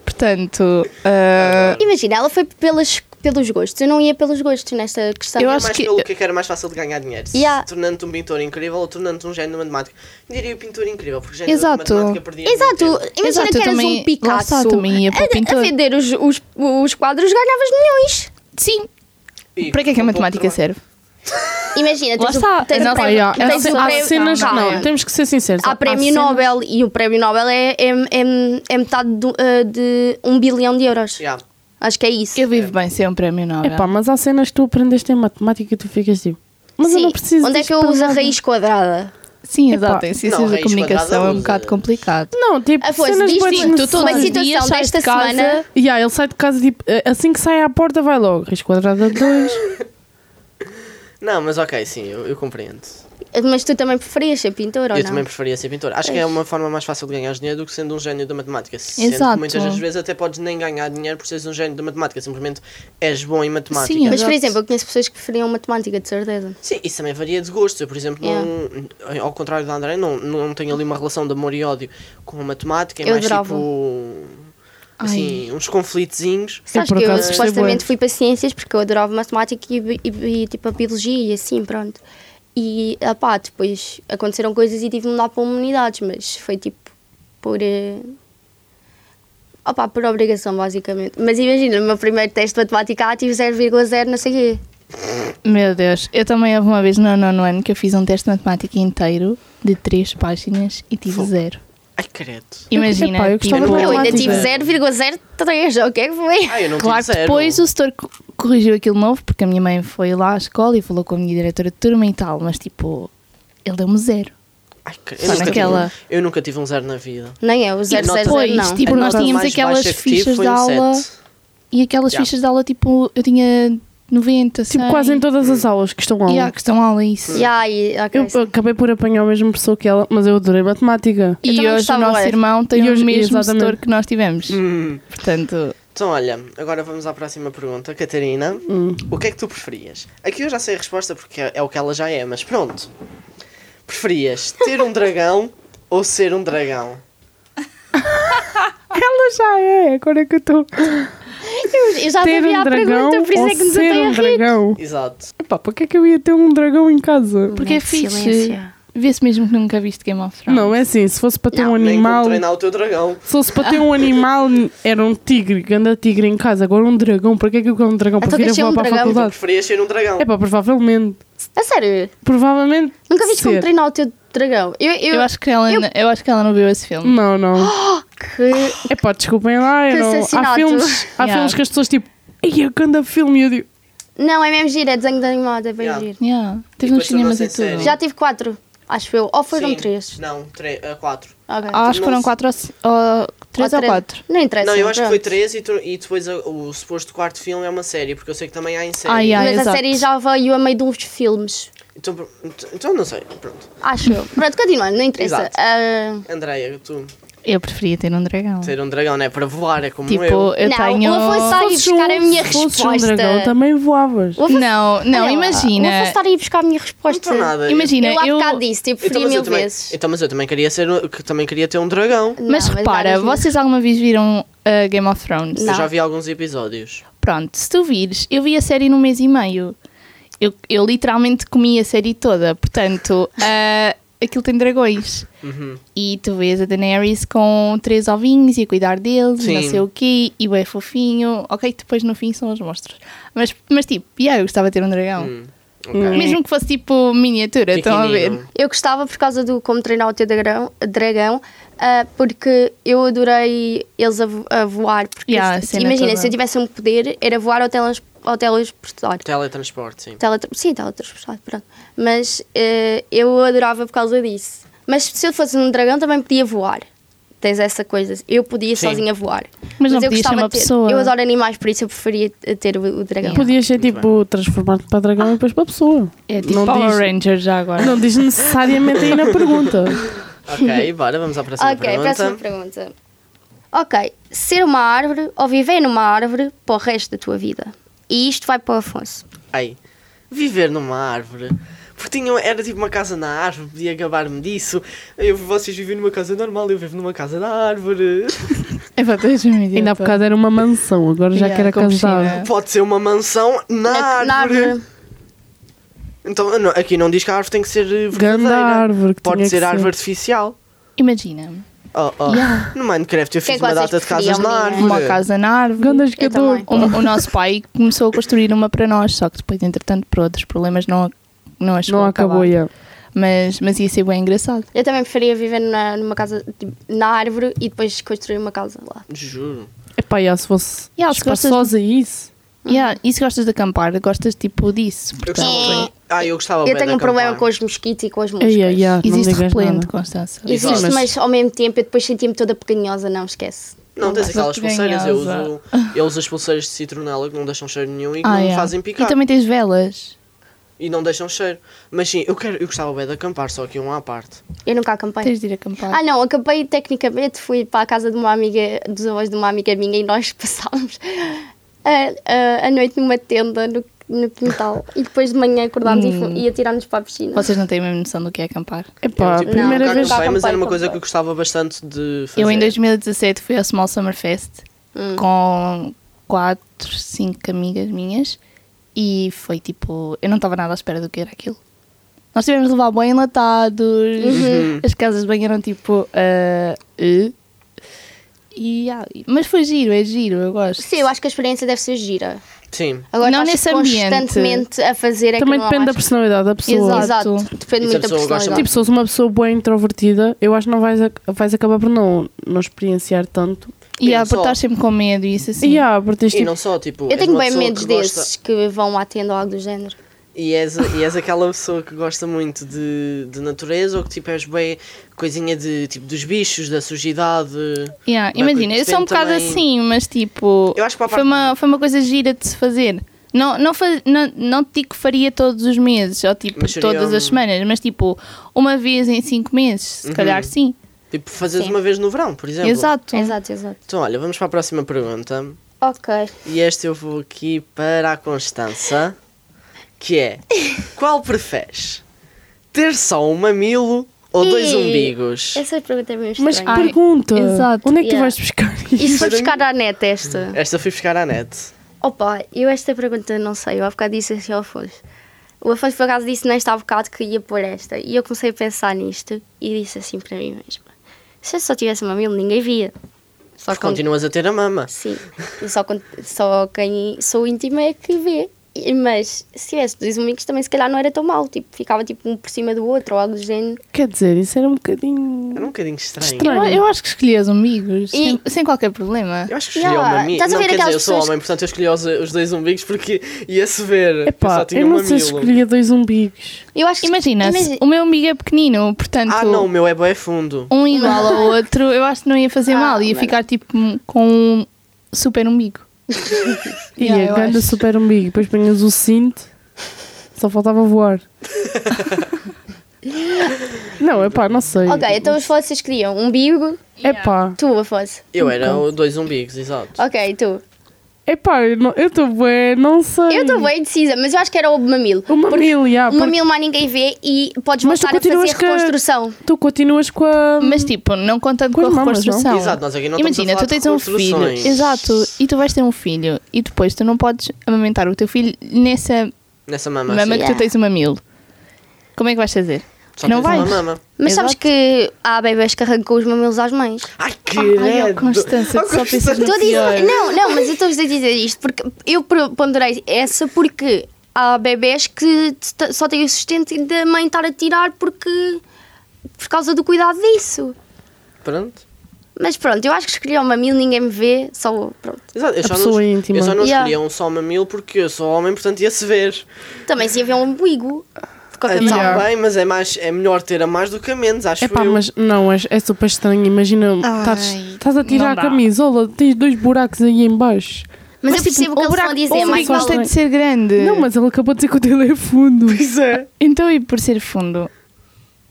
Speaker 4: Portanto, ah,
Speaker 3: Imagina, ela foi pelas, pelos gostos. Eu não ia pelos gostos nesta questão.
Speaker 4: Eu
Speaker 2: É
Speaker 4: acho
Speaker 2: mais
Speaker 4: que-
Speaker 2: pelo que era mais fácil de ganhar dinheiro. se
Speaker 3: Yeah.
Speaker 2: Tornando-te um pintor incrível ou tornando-te um gênio matemático. Eu diria pintor incrível, porque gênio
Speaker 4: Exato.
Speaker 2: da matemática perdia
Speaker 3: Exato,
Speaker 2: muito tempo.
Speaker 3: imagina
Speaker 4: Exato,
Speaker 3: que
Speaker 4: eu
Speaker 3: eras
Speaker 4: também-
Speaker 3: um
Speaker 4: lá
Speaker 3: Picasso.
Speaker 4: está, também ia para
Speaker 3: a,
Speaker 4: pintor.
Speaker 3: a vender os, os, os quadros ganhavas milhões.
Speaker 4: sim,
Speaker 2: E
Speaker 4: para que é que a
Speaker 2: com um pouco
Speaker 4: matemática
Speaker 2: trabalho.
Speaker 4: serve?
Speaker 3: Imagina,
Speaker 4: Lá
Speaker 3: tens,
Speaker 4: está,
Speaker 3: o, tens,
Speaker 4: a
Speaker 3: o
Speaker 4: nossa-
Speaker 3: prémio,
Speaker 5: Ai, há, há
Speaker 3: tens o
Speaker 5: ce- há
Speaker 3: prémio-
Speaker 5: cenas que
Speaker 3: Calma.
Speaker 5: não, temos que ser sinceros.
Speaker 3: Há Ah, prémio
Speaker 5: cenas-
Speaker 3: Nobel e o prémio Nobel é, é, é- é metade do, eh, de um bilhão de euros.
Speaker 2: Yeah.
Speaker 3: Acho que é isso.
Speaker 4: Eu vivo bem sem um prémio Nobel.
Speaker 5: Epá, mas há cenas que tu aprendeste em matemática e tu ficas tipo. Mas eu
Speaker 3: Sim.
Speaker 5: não preciso.
Speaker 3: Onde é
Speaker 5: disto
Speaker 3: que eu
Speaker 5: para
Speaker 3: uso a
Speaker 5: nada.
Speaker 3: raiz quadrada?
Speaker 4: sim,
Speaker 5: epá.
Speaker 4: exato, em ciências
Speaker 2: Não,
Speaker 4: da
Speaker 2: raiz
Speaker 4: comunicação
Speaker 2: quadrada
Speaker 4: é um bocado
Speaker 2: usa.
Speaker 4: complicado.
Speaker 5: Não, tipo,
Speaker 3: Afonso,
Speaker 5: cenas
Speaker 3: diz
Speaker 5: bué
Speaker 3: sim,
Speaker 4: tu
Speaker 3: Uma
Speaker 4: todos
Speaker 5: desnecessárias.
Speaker 4: os dias
Speaker 3: situação
Speaker 4: sais de
Speaker 3: desta
Speaker 4: casa-
Speaker 3: semana.
Speaker 5: E yeah, ele sai de casa tipo, eh, assim que sai à porta vai logo. Raiz quadrada de 2.
Speaker 2: Não, mas ok, sim, eu, eu compreendo.
Speaker 3: Mas tu também preferias ser pintor ou
Speaker 2: eu
Speaker 3: não?
Speaker 2: também preferia ser pintor. Acho que é uma forma mais fácil de ganhar dinheiro do que sendo um gênio da matemática. Sendo
Speaker 4: Exato.
Speaker 2: que muitas das vezes até podes nem ganhar dinheiro por seres um gênio da matemática, simplesmente és bom em matemática.
Speaker 4: Sim,
Speaker 3: Mas, por
Speaker 4: Exato.
Speaker 3: exemplo, eu conheço pessoas que preferiam matemática, de certeza.
Speaker 2: Sim, isso também varia de gosto. Eu, por exemplo, não, ao contrário da André, não, não tenho ali uma relação de amor e ódio com a matemática. É
Speaker 3: Eu
Speaker 2: mais
Speaker 3: adorava.
Speaker 2: tipo. Assim, uns conflitezinhos.
Speaker 3: Sabes
Speaker 5: por
Speaker 3: que eu
Speaker 5: acaso gostei
Speaker 3: supostamente
Speaker 5: bué.
Speaker 3: fui para ciências porque eu adorava matemática e, bi- e bi- tipo a biologia e assim, pronto. E pá, depois aconteceram coisas e tive de mudar para humanidades, mas foi tipo por. eh, opá, por obrigação, basicamente. Mas imagina, o meu primeiro teste de matemática ah, tive 0,0, não sei quê.
Speaker 4: Meu Deus, eu também houve uma vez no nono ano que eu fiz um teste de matemática inteiro de três páginas e tive
Speaker 2: Fogo.
Speaker 4: zero.
Speaker 2: Ai, credo.
Speaker 4: Imagina,
Speaker 5: epá, eu
Speaker 4: tipo,
Speaker 5: gostava de
Speaker 3: Eu ainda
Speaker 5: é matemática.
Speaker 3: tive 0,03, o que é que foi?
Speaker 2: Ah, eu não
Speaker 4: Claro
Speaker 2: tive
Speaker 4: que
Speaker 2: zero.
Speaker 4: depois o setor co- corrigiu aquilo novo, porque a minha mãe foi lá à escola e falou com a minha diretora de turma e tal, mas tipo, ele deu-me zero.
Speaker 2: Ai, credo.
Speaker 4: Só
Speaker 2: eu, nunca
Speaker 4: naquela-
Speaker 2: tive, eu nunca tive um zero na vida.
Speaker 3: Nem é, o 000
Speaker 2: nota-
Speaker 3: não.
Speaker 4: Depois, tipo,
Speaker 2: A
Speaker 4: nós
Speaker 2: nota
Speaker 4: tínhamos
Speaker 2: mais
Speaker 4: aquelas
Speaker 2: baixa que tive
Speaker 4: fichas
Speaker 2: foi
Speaker 4: de
Speaker 2: um
Speaker 4: aula.
Speaker 2: sete.
Speaker 4: e aquelas
Speaker 2: Yeah.
Speaker 4: fichas de aula, tipo, eu tinha 90,
Speaker 5: Tipo, quase em todas
Speaker 3: Hum.
Speaker 5: as aulas que estão lá.
Speaker 4: Yeah, que estão aula, isso.
Speaker 3: Yeah, e, ok.
Speaker 5: tipo, Eu acabei por apanhar a mesma pessoa que ela, mas eu adorei matemática.
Speaker 3: Eu
Speaker 4: E
Speaker 3: também
Speaker 4: hoje o
Speaker 3: gostava
Speaker 4: nosso
Speaker 3: bué.
Speaker 4: irmão tem
Speaker 5: E hoje-
Speaker 4: o mesmo
Speaker 5: exatamente.
Speaker 4: setor que nós tivemos.
Speaker 2: Hum.
Speaker 4: Portanto,
Speaker 2: Então, olha, agora vamos à próxima pergunta. Catarina,
Speaker 5: Hum.
Speaker 2: o que é que tu preferias? Aqui eu já sei a resposta porque é é o que ela já é, mas pronto. Preferias ter um dragão ou ser um dragão?
Speaker 5: Ela já é, agora é que eu estou.
Speaker 3: Eu já
Speaker 5: Ter
Speaker 3: sabia
Speaker 5: um
Speaker 3: a
Speaker 5: dragão
Speaker 3: pergunta, por isso
Speaker 5: ou
Speaker 3: é que nos
Speaker 5: ser
Speaker 3: até
Speaker 5: um
Speaker 3: a rir.
Speaker 5: dragão?
Speaker 2: Exato.
Speaker 5: Epá, para que é que eu ia ter um dragão em casa?
Speaker 4: porque é fixe.
Speaker 3: silêncio.
Speaker 4: Vê-se mesmo que nunca viste Game of Thrones.
Speaker 5: Não, é assim, se fosse para ter um
Speaker 2: Nem como
Speaker 5: animal...
Speaker 2: treinar o teu dragão.
Speaker 5: Se fosse para ter um animal, era um tigre, ganda tigre em casa. Agora um dragão, para que é que eu quero um dragão? Para
Speaker 3: Então
Speaker 5: vir a
Speaker 3: quer ser
Speaker 5: voar
Speaker 3: um
Speaker 5: para a
Speaker 3: dragão?
Speaker 5: faculdade?
Speaker 2: Preferias ser um dragão.
Speaker 5: É pá, provavelmente.
Speaker 3: A sério,
Speaker 5: Provavelmente.
Speaker 3: nunca viste um como
Speaker 5: ser.
Speaker 3: treinar o teu dragão. Eu, eu,
Speaker 4: Eu acho, que ela, eu... acho que ela não viu esse
Speaker 2: Hum.
Speaker 4: filme.
Speaker 5: Não, não.
Speaker 3: que.
Speaker 5: É pá, desculpem lá.
Speaker 3: Que
Speaker 5: Eu não... Há
Speaker 3: assassinato.
Speaker 5: filmes, há
Speaker 4: Yeah.
Speaker 5: filmes que as pessoas tipo. Ei, eu quando a filme e eu digo.
Speaker 3: Não, é mesmo giro, é desenho de animado, é bem
Speaker 2: Yeah.
Speaker 3: giro.
Speaker 4: Yeah. Teve
Speaker 2: E depois tornou-se
Speaker 4: nos cinemas e
Speaker 2: em série.
Speaker 4: tudo.
Speaker 3: Já tive quatro, acho eu. Ou foram
Speaker 2: Sim.
Speaker 3: três?
Speaker 2: Não, tre- eh, quatro.
Speaker 3: Ok.
Speaker 4: Ah, acho que foram
Speaker 2: Não-
Speaker 4: 4 ou 3 ou
Speaker 3: três.
Speaker 4: 4.
Speaker 3: Não interessa.
Speaker 2: Não, eu acho que foi
Speaker 3: pronto.
Speaker 2: três e, tu- e depois a- o suposto quarto filme é uma série, porque eu sei que também há em série.
Speaker 4: Ah, yeah,
Speaker 3: Mas a
Speaker 4: exato.
Speaker 3: série já veio a meio de uns filmes.
Speaker 2: Então, pr- ent- então não sei, pronto.
Speaker 3: Acho eu. Pronto, continuando, não interessa.
Speaker 2: Exato.
Speaker 3: Ah,
Speaker 2: Andreia, tu
Speaker 4: Eu preferia ter um dragão.
Speaker 2: ser um dragão não é para voar, é como
Speaker 4: Tipo,
Speaker 2: eu.
Speaker 4: eu,
Speaker 3: não,
Speaker 4: tenho.
Speaker 3: o avô está a ir
Speaker 5: "Fosses
Speaker 3: buscar a minha
Speaker 5: se fosses
Speaker 3: resposta.
Speaker 5: um dragão, também voavas.
Speaker 3: O avô-
Speaker 4: Não,
Speaker 3: Olha
Speaker 4: não,
Speaker 3: lá, O avô
Speaker 4: imagina.
Speaker 3: está a ir buscar a minha
Speaker 2: Não
Speaker 3: resposta.
Speaker 2: para nada.
Speaker 4: Imagina,
Speaker 3: Eu há
Speaker 4: eu.
Speaker 3: bocado disse, tipo, preferia
Speaker 2: mas
Speaker 3: mil
Speaker 2: também,
Speaker 3: vezes.
Speaker 2: Então, mas eu também queria ser um- que também queria ter um dragão.
Speaker 3: Não,
Speaker 4: Mas repara,
Speaker 3: várias vezes.
Speaker 4: vocês alguma vez viram uh, Game of Thrones?
Speaker 3: Não.
Speaker 2: Eu já vi alguns episódios.
Speaker 4: Pronto, se tu vires, eu vi a série num mês e meio. Eu, eu literalmente comi a série toda, portanto, ah, aquilo tem dragões.
Speaker 2: Uhum.
Speaker 4: E tu vês a Daenerys com três ovinhos e a cuidar deles, e
Speaker 2: Sim.
Speaker 4: não sei o quê, e bem fofinho. Ok, depois no fim são os monstros. Mas, mas tipo, yeah, eu gostava de ter um dragão.
Speaker 2: Hum,
Speaker 4: Mesmo que fosse tipo miniatura, estão a ver?
Speaker 2: Pequenino.
Speaker 3: Eu gostava por causa do Como Treinar o Teu Dragão, dragão ah, porque eu adorei eles a, vo- a voar. Porque
Speaker 4: Yeah,
Speaker 3: se-
Speaker 4: a cena
Speaker 3: imagina,
Speaker 4: toda.
Speaker 3: se eu tivesse um poder, era voar ou, telas, ou telesportar.
Speaker 2: Teletransporte, sim.
Speaker 3: Teletra sim, teletransportado, pronto. Mas eh, eu adorava por causa disso. Mas se eu fosse um dragão também podia voar. Tens essa coisa. Eu podia
Speaker 2: Sim.
Speaker 3: sozinha voar.
Speaker 4: Mas não
Speaker 3: eu
Speaker 4: podias ser
Speaker 3: gostava
Speaker 4: uma
Speaker 3: de ter.
Speaker 4: pessoa.
Speaker 3: Eu adoro animais, por isso eu preferia eh, ter o, o dragão.
Speaker 5: Podias ser tipo, transformar-te para dragão e depois para pessoa.
Speaker 4: É tipo
Speaker 5: Não
Speaker 4: Power
Speaker 5: diz-
Speaker 4: Rangers já agora.
Speaker 5: Não diz necessariamente aí na pergunta.
Speaker 2: Ok, bora, vamos à próxima
Speaker 3: ok,
Speaker 2: pergunta.
Speaker 3: próxima pergunta. Ok, ser uma árvore ou viver numa árvore para o resto da tua vida. E isto vai para o Afonso.
Speaker 2: Ai, viver numa árvore. Porque tinha, era tipo uma casa na árvore, podia acabar-me disso. Eu, vocês vivem numa casa normal, eu vivo numa casa na árvore.
Speaker 4: É para todos
Speaker 5: Ainda há bocado era uma mansão, agora já
Speaker 4: Yeah,
Speaker 5: que era
Speaker 4: com
Speaker 5: casada.
Speaker 4: piscina.
Speaker 2: Pode ser uma mansão na, árvore. Então, não- aqui não diz que a árvore tem que ser eh, verdadeira.
Speaker 5: Ganda árvore que
Speaker 2: Pode
Speaker 5: tinha
Speaker 2: ser
Speaker 5: que
Speaker 2: árvore
Speaker 5: ser.
Speaker 2: artificial.
Speaker 4: Imagina,
Speaker 2: Oh, oh.
Speaker 4: Yeah.
Speaker 2: No Minecraft eu
Speaker 3: Que é
Speaker 2: fiz
Speaker 3: que
Speaker 2: uma
Speaker 3: vocês
Speaker 2: data de casas na
Speaker 3: preferiam,
Speaker 2: árvore.
Speaker 4: uma casa na árvore.
Speaker 5: Ganda escador.
Speaker 3: também.
Speaker 4: O, o nosso pai começou a construir uma para nós, só que depois, entretanto, por outros problemas, não, a- não a chegou
Speaker 5: Não
Speaker 4: a acabar.
Speaker 5: acabou, já.
Speaker 4: Mas, mas ia ser bem engraçado.
Speaker 3: Eu também preferia viver na, numa casa, tipo, na árvore e depois construir uma casa lá.
Speaker 2: Juro.
Speaker 5: Epá, já se fosse
Speaker 4: Yeah, se
Speaker 5: espaçosa isso.
Speaker 4: Yeah, e se gostas de acampar, gostas tipo disso.
Speaker 2: Eu
Speaker 4: Portanto,
Speaker 2: gostava, ah, eu gostava
Speaker 3: eu
Speaker 2: bem
Speaker 3: tenho
Speaker 2: de
Speaker 3: um problema
Speaker 2: acampar.
Speaker 3: com os mosquitos e com as moscas.
Speaker 5: Ei, ei, já, É, Ah, não
Speaker 4: existe
Speaker 5: digas
Speaker 4: repelente,
Speaker 5: nada.
Speaker 4: Constança.
Speaker 3: Existe,
Speaker 2: Exato.
Speaker 3: mas... ao mesmo tempo eu depois sentia-me toda peganhosa, não esquece.
Speaker 2: Não, tens aquelas
Speaker 4: Ganhosa.
Speaker 2: pulseiras. Eu uso, eu uso as pulseiras de citronela que não deixam cheiro nenhum e que
Speaker 4: Ah,
Speaker 2: não me
Speaker 4: yeah.
Speaker 2: fazem picar.
Speaker 4: E também tens velas.
Speaker 2: E não deixam cheiro. Mas sim, eu, quero, eu gostava bem de acampar, só que um à parte.
Speaker 3: Eu nunca acampei.
Speaker 4: Tens de ir acampar.
Speaker 3: Ah, não, acampei tecnicamente, fui para a casa de uma amiga, dos avós de uma amiga minha e nós passámos a, a- a noite numa tenda no, no quintal e depois de manhã acordámos e, fo-
Speaker 5: Hum.
Speaker 3: e atirámos para a piscina.
Speaker 4: Vocês não têm a mesma noção do que é acampar.
Speaker 5: Epá,
Speaker 2: Eu,
Speaker 5: a
Speaker 2: tipo,
Speaker 5: primeira
Speaker 2: nunca
Speaker 5: vez.
Speaker 3: acampava.
Speaker 2: acampei, mas era uma
Speaker 3: acampei,
Speaker 2: coisa que eu
Speaker 3: acampei.
Speaker 2: gostava bastante de fazer.
Speaker 4: Eu em 2017 fui ao Small Summer Fest
Speaker 3: Hum.
Speaker 4: com quatro, cinco amigas minhas e foi tipo, eu não estava nada à espera do que era aquilo. Nós tivemos de levar bem enlatados,
Speaker 3: Uhum.
Speaker 4: as casas de banho eram tipo. ah, eh. e, ah, mas foi giro, é giro, eu gosto.
Speaker 3: Sim, eu acho que a experiência deve ser gira.
Speaker 2: Sim.
Speaker 3: Agora
Speaker 4: Não
Speaker 3: estás
Speaker 4: nesse ambiente.
Speaker 3: constantemente a fazer é que
Speaker 5: Também
Speaker 3: não há
Speaker 5: depende da
Speaker 3: mais.
Speaker 5: personalidade da pessoa.
Speaker 3: Exato,
Speaker 4: Exato.
Speaker 3: depende
Speaker 2: E se
Speaker 3: muito
Speaker 2: a
Speaker 3: da
Speaker 2: pessoa gosta
Speaker 3: personalidade.
Speaker 5: Tipo, se fosse uma pessoa boa introvertida, eu acho que não vais, ac- vais acabar por não, não experienciar tanto.
Speaker 4: e
Speaker 2: eu
Speaker 4: há por
Speaker 2: só-
Speaker 4: estar sempre com medo e isso assim.
Speaker 5: E há, porque tens
Speaker 2: E
Speaker 5: tipo,
Speaker 2: não só, tipo.
Speaker 3: eu
Speaker 2: és
Speaker 3: tenho
Speaker 2: uma
Speaker 3: bem
Speaker 2: pessoa
Speaker 3: medos
Speaker 2: que gosta-
Speaker 3: desses que vão à tenda ou algo do género.
Speaker 2: E és, e és aquela pessoa que gosta muito de, de natureza ou que tipo és bem coisinha de tipo dos bichos, da sujidade.
Speaker 4: Yeah,
Speaker 2: Não é
Speaker 4: imagina, eu
Speaker 2: porque
Speaker 4: sou um
Speaker 2: depende
Speaker 4: bocado
Speaker 2: também-
Speaker 4: assim, mas tipo,
Speaker 2: Eu acho que para a
Speaker 4: foi,
Speaker 2: parte-
Speaker 4: uma, foi uma coisa gira de se fazer. Não, não, fa- não, não te digo que faria todos os meses, ou tipo,
Speaker 2: Mas seria
Speaker 4: todas as
Speaker 2: um-
Speaker 4: semanas, mas tipo, uma vez em cinco meses, se calhar sim.
Speaker 2: Tipo, fazes
Speaker 3: Sim.
Speaker 2: uma vez no verão, por exemplo.
Speaker 4: Exato.
Speaker 3: Exato, exato.
Speaker 2: Então, olha, vamos para a próxima pergunta.
Speaker 3: Ok.
Speaker 2: E esta eu vou aqui para a Constança, que é: Qual preferes? Ter só um mamilo ou dois
Speaker 3: Ih,
Speaker 2: umbigos?
Speaker 3: Essa pergunta é mesmo
Speaker 5: Mas que
Speaker 3: estranha.
Speaker 4: Ai,
Speaker 5: pergunta!
Speaker 4: exato.
Speaker 5: Onde é que tu
Speaker 3: Yeah.
Speaker 5: vais buscar
Speaker 3: E se for
Speaker 2: estranho.
Speaker 3: buscar à net esta?
Speaker 2: Esta fui buscar à net.
Speaker 3: Tá Opa, eu esta pergunta não sei, eu há bocado disse assim ao Afonso. O Afonso por acaso disse nesta há bocado que ia pôr esta. E eu comecei a pensar nisto e disse assim para mim mesma. Se eu só tivesse mamilo, ninguém via. Só
Speaker 2: Mas
Speaker 3: quando-
Speaker 2: continuas a ter a mama.
Speaker 3: Sim. E só, quando- só quem sou íntima é que vê. E- Mas se tivesse dois amigos também se calhar não era tão mal. Tipo, ficava tipo um por cima do outro ou algo do género.
Speaker 5: Quer dizer, isso era um bocadinho.
Speaker 2: Era um bocadinho estranho.
Speaker 5: Estranho.
Speaker 4: Eu, eu acho que escolhi os umbigos,
Speaker 3: E-
Speaker 4: sem, sem qualquer problema.
Speaker 2: Eu acho que escolhi
Speaker 3: Yeah,
Speaker 2: o mamilo.
Speaker 3: Ah, estás a
Speaker 2: Não,
Speaker 3: ver
Speaker 2: quer dizer,
Speaker 3: aquelas
Speaker 2: eu sou
Speaker 3: pessoas
Speaker 2: homem, portanto eu escolhi os, os dois umbigos porque ia-se ver. eu só
Speaker 5: Epá, eu,
Speaker 2: tinha um
Speaker 5: não
Speaker 2: mamilo.
Speaker 5: sei se escolhia dois umbigos.
Speaker 3: Eu acho que-
Speaker 4: Imagina, se
Speaker 3: imagi-
Speaker 4: o meu umbigo é pequenino, portanto,
Speaker 2: Ah, não, o meu é bué fundo.
Speaker 4: um igual ao outro, eu acho que não ia fazer
Speaker 3: Ah,
Speaker 4: mal, ia
Speaker 3: mas-
Speaker 4: ficar tipo com um super umbigo.
Speaker 5: E
Speaker 4: Yeah,
Speaker 5: a
Speaker 4: eu
Speaker 5: grande
Speaker 4: acho.
Speaker 5: super umbigo. Depois punhas o cinto, só faltava voar. não, epá, não sei.
Speaker 3: Ok, então os vocês queriam um bigo,
Speaker 5: Epá,
Speaker 3: tu, Afonso.
Speaker 2: Eu era o dois umbigos, exato.
Speaker 3: Ok, tu.
Speaker 5: epá, eu não- eu estou bem, não sei.
Speaker 3: Eu estou bem indecisa, mas eu acho que era o mamilo.
Speaker 5: Uma
Speaker 3: Porque-
Speaker 5: mamilo,
Speaker 4: Ah,
Speaker 5: yeah,
Speaker 3: Uma
Speaker 5: porque
Speaker 3: milma ninguém vê e podes
Speaker 5: Mas tu
Speaker 3: voltar a fazer
Speaker 5: continuas que-
Speaker 3: reconstrução.
Speaker 5: tu continuas com a.
Speaker 4: Mas tipo, não contando
Speaker 5: Com
Speaker 4: com,
Speaker 5: as
Speaker 4: a
Speaker 5: mamas,
Speaker 4: reconstrução.
Speaker 5: não?
Speaker 2: Exato, nós aqui não estamos
Speaker 4: Imagina,
Speaker 2: a
Speaker 4: tu
Speaker 2: falar de
Speaker 4: tens um filho,
Speaker 2: reconstruções.
Speaker 4: exato, e tu vais ter um filho e depois tu não podes amamentar o teu filho nessa
Speaker 2: Nessa mama.
Speaker 4: mama
Speaker 2: sim.
Speaker 4: que
Speaker 3: Yeah.
Speaker 4: tu tens uma mamilo. Como é que vais fazer?
Speaker 2: Só
Speaker 4: não
Speaker 2: tens uma
Speaker 4: vais.
Speaker 2: mama.
Speaker 3: Mas sabes
Speaker 4: Exato. que
Speaker 3: que há bebés que arrancam os mamelos às mães.
Speaker 2: Ai, que
Speaker 4: Ai, ó, Constança, tu só pensas no
Speaker 3: Estou a dizer,
Speaker 4: pior.
Speaker 3: não, não, mas eu estou a dizer isto porque eu pro- ponderei essa porque há bebés que t- só têm o sustento da mãe estar a tirar porque por causa do cuidado disso.
Speaker 2: Pronto.
Speaker 3: Mas pronto, eu acho que escolhi o mamilo, ninguém me vê, só pronto.
Speaker 2: Exato, eu,
Speaker 5: A
Speaker 2: só
Speaker 5: pessoa
Speaker 2: não,
Speaker 5: íntima.
Speaker 2: eu só não
Speaker 3: Yeah.
Speaker 2: escolhia um só mamilo porque eu sou homem, portanto ia-se ver.
Speaker 3: Também se havia um umbigo. De qualquer
Speaker 2: Ah,
Speaker 3: maneira.
Speaker 5: yeah.
Speaker 2: Também, mas é, mais, é melhor ter a mais do que a menos, acho
Speaker 5: Epá,
Speaker 2: eu.
Speaker 5: mas não, é, é super estranho. Imagina, estás- estás a tirar
Speaker 4: não dá.
Speaker 5: a camisola, tens dois buracos aí em baixo.
Speaker 3: Mas, eu
Speaker 4: tipo,
Speaker 3: percebo o que
Speaker 4: um
Speaker 3: eles estão a
Speaker 4: buraco-
Speaker 3: dizer,
Speaker 5: um
Speaker 3: mais
Speaker 5: buraco
Speaker 3: é, vale.
Speaker 4: Mas tem de ser grande.
Speaker 5: Não, mas ele acabou de dizer que o dele é fundo.
Speaker 2: É. Pois é.
Speaker 4: Então e por ser fundo?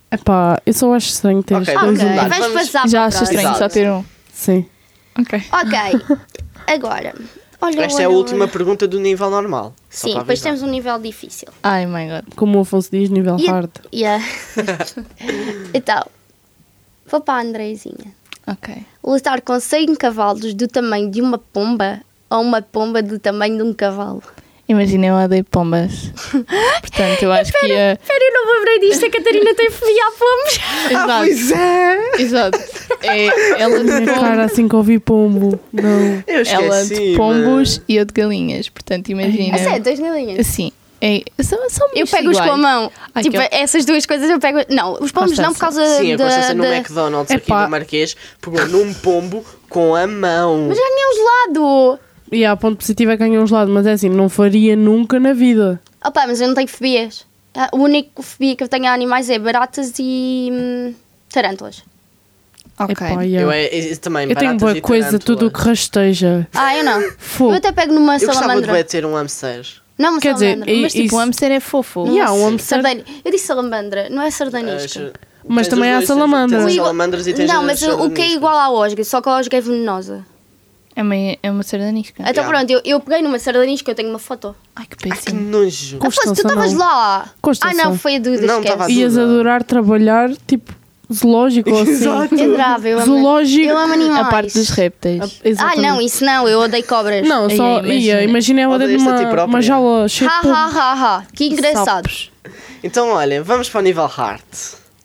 Speaker 5: Epá, eu só acho estranho ter
Speaker 2: Ok,
Speaker 5: dois
Speaker 3: Ok,
Speaker 2: vamos mudar.
Speaker 5: umbigos.
Speaker 3: vamos
Speaker 2: Vamos-
Speaker 3: passar para
Speaker 4: Já
Speaker 3: a
Speaker 4: acho
Speaker 3: próxima.
Speaker 4: estranho só ter um.
Speaker 5: Sim.
Speaker 4: Ok.
Speaker 3: Ok, agora. Olha,
Speaker 2: Esta
Speaker 3: olha,
Speaker 2: é a última
Speaker 3: olha.
Speaker 2: pergunta do nível normal. só
Speaker 3: Sim,
Speaker 2: para
Speaker 3: depois
Speaker 2: avisar.
Speaker 3: temos um nível difícil.
Speaker 4: Ai my god.
Speaker 5: Como o Afonso diz, nível
Speaker 3: E-
Speaker 5: hard.
Speaker 3: Yeah. então, vou para a Andreizinha.
Speaker 4: Ok.
Speaker 3: Lutar com 100 cavalos do tamanho de uma pomba ou uma pomba do tamanho de um cavalo?
Speaker 4: Imagina, eu odeio pombas. Portanto, eu acho que é- ia.
Speaker 3: Espera, eu não me lembrei disto. A Catarina tem fobia a pombas.
Speaker 2: Ah,
Speaker 4: Exato,
Speaker 2: pois é!
Speaker 4: exato. É, ela de
Speaker 5: Minha cara
Speaker 4: pombos,
Speaker 5: assim que ouvi pombo. Não.
Speaker 2: Eu
Speaker 4: ela
Speaker 2: esqueci.
Speaker 4: de pombos e eu de galinhas. Portanto, imagina.
Speaker 3: A sério, dois galinhas.
Speaker 4: Assim. É, são, são
Speaker 3: Eu
Speaker 4: bichos
Speaker 3: pego-os com a
Speaker 4: iguais.
Speaker 3: mão.
Speaker 4: Ai,
Speaker 3: tipo,
Speaker 4: que
Speaker 3: essas duas coisas eu pego. Não, os pombos não por causa
Speaker 2: mas- Sim, a é
Speaker 3: da.
Speaker 2: Constança no
Speaker 3: da-
Speaker 2: McDonald's aqui
Speaker 5: Epá.
Speaker 2: do Marquês pegou num pombo com a mão.
Speaker 3: Mas já nem um gelado.
Speaker 5: E há ponto positivo é que ganhou gelado, mas é assim, não faria nunca na vida.
Speaker 3: Opa, mas eu não tenho fobias. A única fobia que eu tenho a animais é baratas e hum, tarântulas.
Speaker 4: Ok.
Speaker 2: Eu,
Speaker 5: Epá, yeah.
Speaker 2: é, é- também,
Speaker 5: Eu tenho
Speaker 2: baratas
Speaker 5: boa
Speaker 2: e
Speaker 5: coisa, tudo o que
Speaker 2: tarântulas.
Speaker 5: rasteja.
Speaker 3: Ah, eu não. Eu
Speaker 5: Fogo.
Speaker 3: até pego numa
Speaker 2: Eu gostava de
Speaker 3: salamandra.
Speaker 2: bué ter um hamster.
Speaker 3: Não, uma
Speaker 5: Quer dizer,
Speaker 3: salamandra.
Speaker 5: e-
Speaker 4: Mas tipo,
Speaker 5: isso-
Speaker 4: o hamster é fofo.
Speaker 5: Yeah, um hamster-
Speaker 3: Sardelha. Eu disse salamandra, não é
Speaker 2: Ah,
Speaker 3: sardanisca.
Speaker 2: ju- tens
Speaker 5: Mas também
Speaker 2: os
Speaker 5: há
Speaker 2: dois,
Speaker 5: salamandras.
Speaker 2: Tens
Speaker 5: O
Speaker 2: as
Speaker 3: igual-
Speaker 2: salamandras e tens
Speaker 3: não,
Speaker 2: as
Speaker 3: mas o que é
Speaker 2: sardaniscas.
Speaker 3: igual à osga, só que a osga é venenosa.
Speaker 4: É uma, é uma sardanisca.
Speaker 3: Então
Speaker 2: Yeah.
Speaker 3: pronto, eu, eu peguei numa sardanisca, eu tenho uma foto.
Speaker 4: Ai, que
Speaker 2: Ai, que
Speaker 3: é
Speaker 4: péssimo.
Speaker 2: nojo.
Speaker 3: Afonso, tu
Speaker 5: Constança,
Speaker 3: estavas
Speaker 5: não. é?
Speaker 3: lá.
Speaker 5: Constança.
Speaker 3: Ah não, foi a Duda,
Speaker 2: Não, tava a
Speaker 3: esquece.
Speaker 2: Duda.
Speaker 5: Ias adorar trabalhar, tipo, zoológico ou assim.
Speaker 2: Exato.
Speaker 3: Eu adorava, É eu amo,
Speaker 5: Zoológico.
Speaker 3: eu amo animais.
Speaker 4: A parte dos répteis.
Speaker 3: Ah
Speaker 5: Exatamente.
Speaker 3: não, isso não, eu odeio cobras.
Speaker 5: Não,
Speaker 4: Ai,
Speaker 5: só
Speaker 4: ai, imagina.
Speaker 5: ia. Imagina ela dentro de
Speaker 2: Odeias-te a ti
Speaker 5: uma,
Speaker 2: própria.
Speaker 5: uma jaula cheia
Speaker 3: Ha
Speaker 5: de pombo.
Speaker 3: ha ha ha, que engraçados.
Speaker 2: Então, olha, vamos para o nível hard.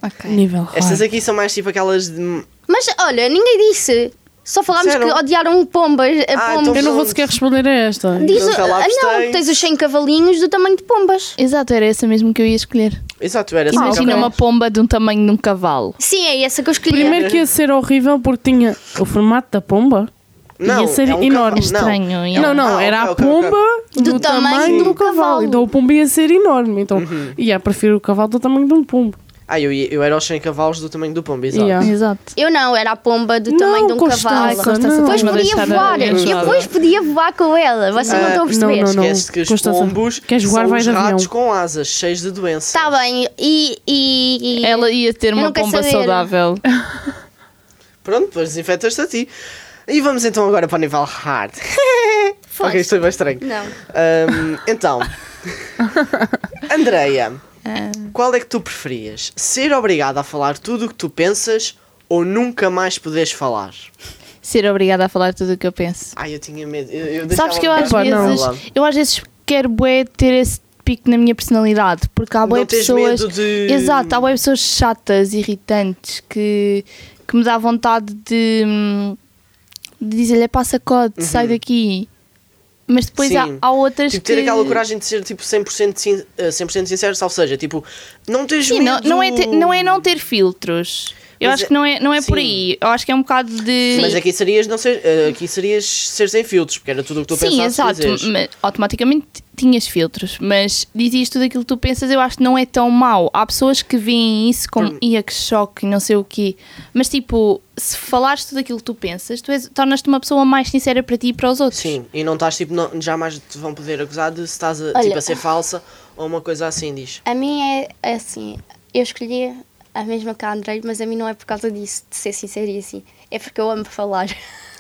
Speaker 4: Ok.
Speaker 5: Nível
Speaker 2: Estas
Speaker 5: hard.
Speaker 2: aqui são mais tipo aquelas de.
Speaker 3: Mas olha, ninguém disse. Só falámos
Speaker 2: Disseram.
Speaker 3: que odiaram pombas. eh,
Speaker 2: Ah,
Speaker 3: pombas.
Speaker 5: Eu não vou
Speaker 2: Pronto.
Speaker 5: sequer responder a esta.
Speaker 3: Diz,
Speaker 2: Então,
Speaker 3: ah,
Speaker 2: calabres
Speaker 3: não,
Speaker 2: tens.
Speaker 3: tens os 100 cavalinhos do tamanho de pombas.
Speaker 4: Exato, era essa mesmo que eu ia escolher.
Speaker 2: Exato, era assim.
Speaker 5: é
Speaker 4: Imagina
Speaker 2: ok.
Speaker 4: uma pomba de um tamanho de um cavalo.
Speaker 3: Sim, é essa que eu escolhi.
Speaker 5: Primeiro que ia ser horrível porque tinha o formato da pomba.
Speaker 2: Não,
Speaker 5: ia ser
Speaker 2: é um
Speaker 5: enorme.
Speaker 2: cavalo, não.
Speaker 4: Estranho.
Speaker 5: Não, não,
Speaker 2: Ah,
Speaker 5: um- era
Speaker 2: ok,
Speaker 5: a
Speaker 2: ok,
Speaker 5: pomba
Speaker 3: Do tamanho de um cavalo.
Speaker 5: Então o pombo ia ser enorme. Então,
Speaker 2: Uhum.
Speaker 5: yeah, prefiro o cavalo do tamanho de um pombo.
Speaker 2: Ah, eu, ia- eu era aos 100 cavalos do tamanho do pombo, exato.
Speaker 5: Yeah.
Speaker 4: Ah. Exato.
Speaker 3: Eu não, era a pomba do tamanho de um
Speaker 5: Constança,
Speaker 3: cavalo.
Speaker 5: não.
Speaker 3: Depois
Speaker 5: Vou
Speaker 3: podia voar, eu
Speaker 2: enjoada.
Speaker 3: depois podia voar com ela, vocês não
Speaker 2: Ah,
Speaker 3: estão a perceber.
Speaker 5: não, não.
Speaker 2: Esquece que os
Speaker 5: Constança,
Speaker 2: pombos
Speaker 5: queres voar,
Speaker 2: são
Speaker 5: vai
Speaker 2: os
Speaker 5: de avião.
Speaker 2: ratos com asas, cheios de doenças.
Speaker 4: Tá
Speaker 3: Está Tá bem, e, e- e-
Speaker 4: Ela ia ter uma
Speaker 3: não quero
Speaker 4: pomba
Speaker 3: saber.
Speaker 4: saudável.
Speaker 2: Pronto, depois desinfetas-te a ti. E vamos então agora para o nível hard.
Speaker 3: Foste.
Speaker 2: ok, isto foi bem estranho.
Speaker 3: Não.
Speaker 2: Ahm, então, Andreia,
Speaker 4: Ah.
Speaker 2: qual é que tu preferias? Ser obrigada a falar tudo o que tu pensas ou nunca mais poderes falar?
Speaker 4: Ser obrigada a falar tudo o que eu penso.
Speaker 2: Ai, eu tinha medo. Eu, eu
Speaker 4: Sabes
Speaker 2: deixava-
Speaker 4: que eu às
Speaker 5: Epá, não.
Speaker 4: vezes, eu às vezes quero bué ter esse pico na minha personalidade, porque há bué
Speaker 2: Não tens
Speaker 4: pessoas,
Speaker 2: medo de-
Speaker 4: exato, há bué pessoas chatas, irritantes que que me dá vontade de, hum, de dizer-lhe, "É, passa code, sai daqui. Mas depois há,
Speaker 2: Uhum. Sim.
Speaker 4: há outras
Speaker 2: Tipo,
Speaker 4: que
Speaker 2: ter aquela coragem de ser tipo 100%, sin- eh, 100 sincero, ou seja, tipo, não tens
Speaker 4: Sim, não,
Speaker 2: medo...
Speaker 4: não é ter, não é não ter filtros. Eu
Speaker 2: Mas
Speaker 4: acho
Speaker 2: é-
Speaker 4: que não é, não é por
Speaker 2: sim.
Speaker 4: aí. Eu acho que é um bocado de.
Speaker 2: Mas aqui serias, não ser, eh, aqui serias ser sem filtros, porque era tudo o que tu
Speaker 4: Sim,
Speaker 2: pensasses
Speaker 4: exato.
Speaker 2: dizeres.
Speaker 4: mas automaticamente tinhas filtros, mas dizias tudo aquilo que tu pensas, eu acho que não é tão mau. Há pessoas que veem isso como
Speaker 2: Hum.
Speaker 4: ia que choque, não sei o quê. Mas tipo, se falares tudo aquilo que tu pensas, tu és- tornas-te uma pessoa mais sincera para ti e para os outros.
Speaker 2: Sim, e não estás tipo, não, jamais te vão poder acusar de se estás a,
Speaker 3: Olha.
Speaker 2: tipo, a ser falsa ou uma coisa assim, diz.
Speaker 3: A mim é é assim, eu escolhi a mesma que a Andrei, mas a mim não é por causa disso, de ser sincera e assim. É porque eu amo falar.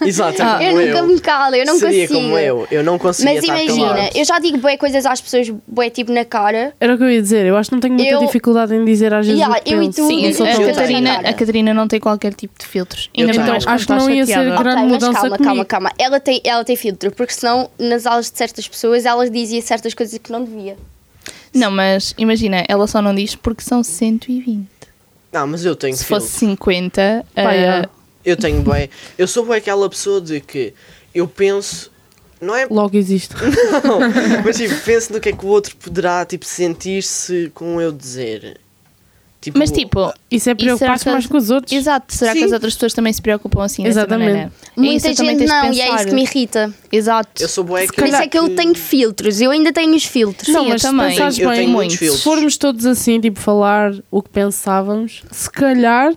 Speaker 2: Exato, é como
Speaker 3: eu nunca me calo, eu não
Speaker 2: Seria
Speaker 3: consigo.
Speaker 2: como eu, eu não conseguia
Speaker 3: Mas
Speaker 2: estar
Speaker 3: imagina,
Speaker 2: calado.
Speaker 3: eu já digo boé coisas às pessoas, boé tipo na cara.
Speaker 5: Era o que eu ia dizer. Eu acho que não tenho muita
Speaker 3: Eu-
Speaker 5: dificuldade em dizer às vezes.
Speaker 3: Yeah,
Speaker 5: o que
Speaker 3: eu e
Speaker 5: penso.
Speaker 3: tu
Speaker 5: Não
Speaker 4: Sim,
Speaker 5: sou
Speaker 4: a,
Speaker 5: tão
Speaker 3: eu-
Speaker 5: chata.
Speaker 4: Catarina,
Speaker 3: tenho.
Speaker 4: a Catarina não tem qualquer tipo de filtros.
Speaker 2: Eu
Speaker 4: Ainda
Speaker 2: tenho.
Speaker 4: mais quando
Speaker 5: Acho que
Speaker 4: estás
Speaker 5: não ia ser
Speaker 4: chateada.
Speaker 5: grande.
Speaker 3: Ok, mas
Speaker 5: mudança
Speaker 3: calma,
Speaker 5: comigo.
Speaker 3: calma, calma. Ela tem, ela tem filtro, porque senão nas aulas de certas pessoas ela dizia certas coisas que não devia.
Speaker 4: Não, mas imagina, ela só não diz porque são 120.
Speaker 2: Não, mas eu tenho
Speaker 4: Se
Speaker 2: filtro.
Speaker 4: fosse 50,
Speaker 5: Pá, é.
Speaker 4: eh,
Speaker 5: yeah.
Speaker 2: Eu tenho bem. Eu sou bem aquela pessoa de que eu penso. Não é
Speaker 5: Logo existe.
Speaker 2: Mas tipo, penso no que é que o outro poderá tipo, sentir-se com eu dizer. Tipo,
Speaker 4: mas tipo,
Speaker 5: Isso é preocupar-se
Speaker 4: será que-
Speaker 5: mais com os outros.
Speaker 4: Exato, será
Speaker 2: Sim.
Speaker 4: que as outras pessoas também se preocupam assim
Speaker 5: Exatamente.
Speaker 4: dessa maneira? É isso,
Speaker 3: Muita
Speaker 4: eu também
Speaker 3: gente
Speaker 4: tens de
Speaker 3: não, e é
Speaker 4: pensar.
Speaker 3: isso que me irrita.
Speaker 4: Exato.
Speaker 2: eu sou bué
Speaker 5: Se
Speaker 2: que-
Speaker 3: Por isso
Speaker 5: calhar-
Speaker 3: é que eu tenho filtros, eu ainda tenho os filtros.
Speaker 4: Sim, eu também.
Speaker 5: pensares
Speaker 2: Eu tenho muitos filtros.
Speaker 5: se formos todos assim, tipo, falar o que pensávamos, se calhar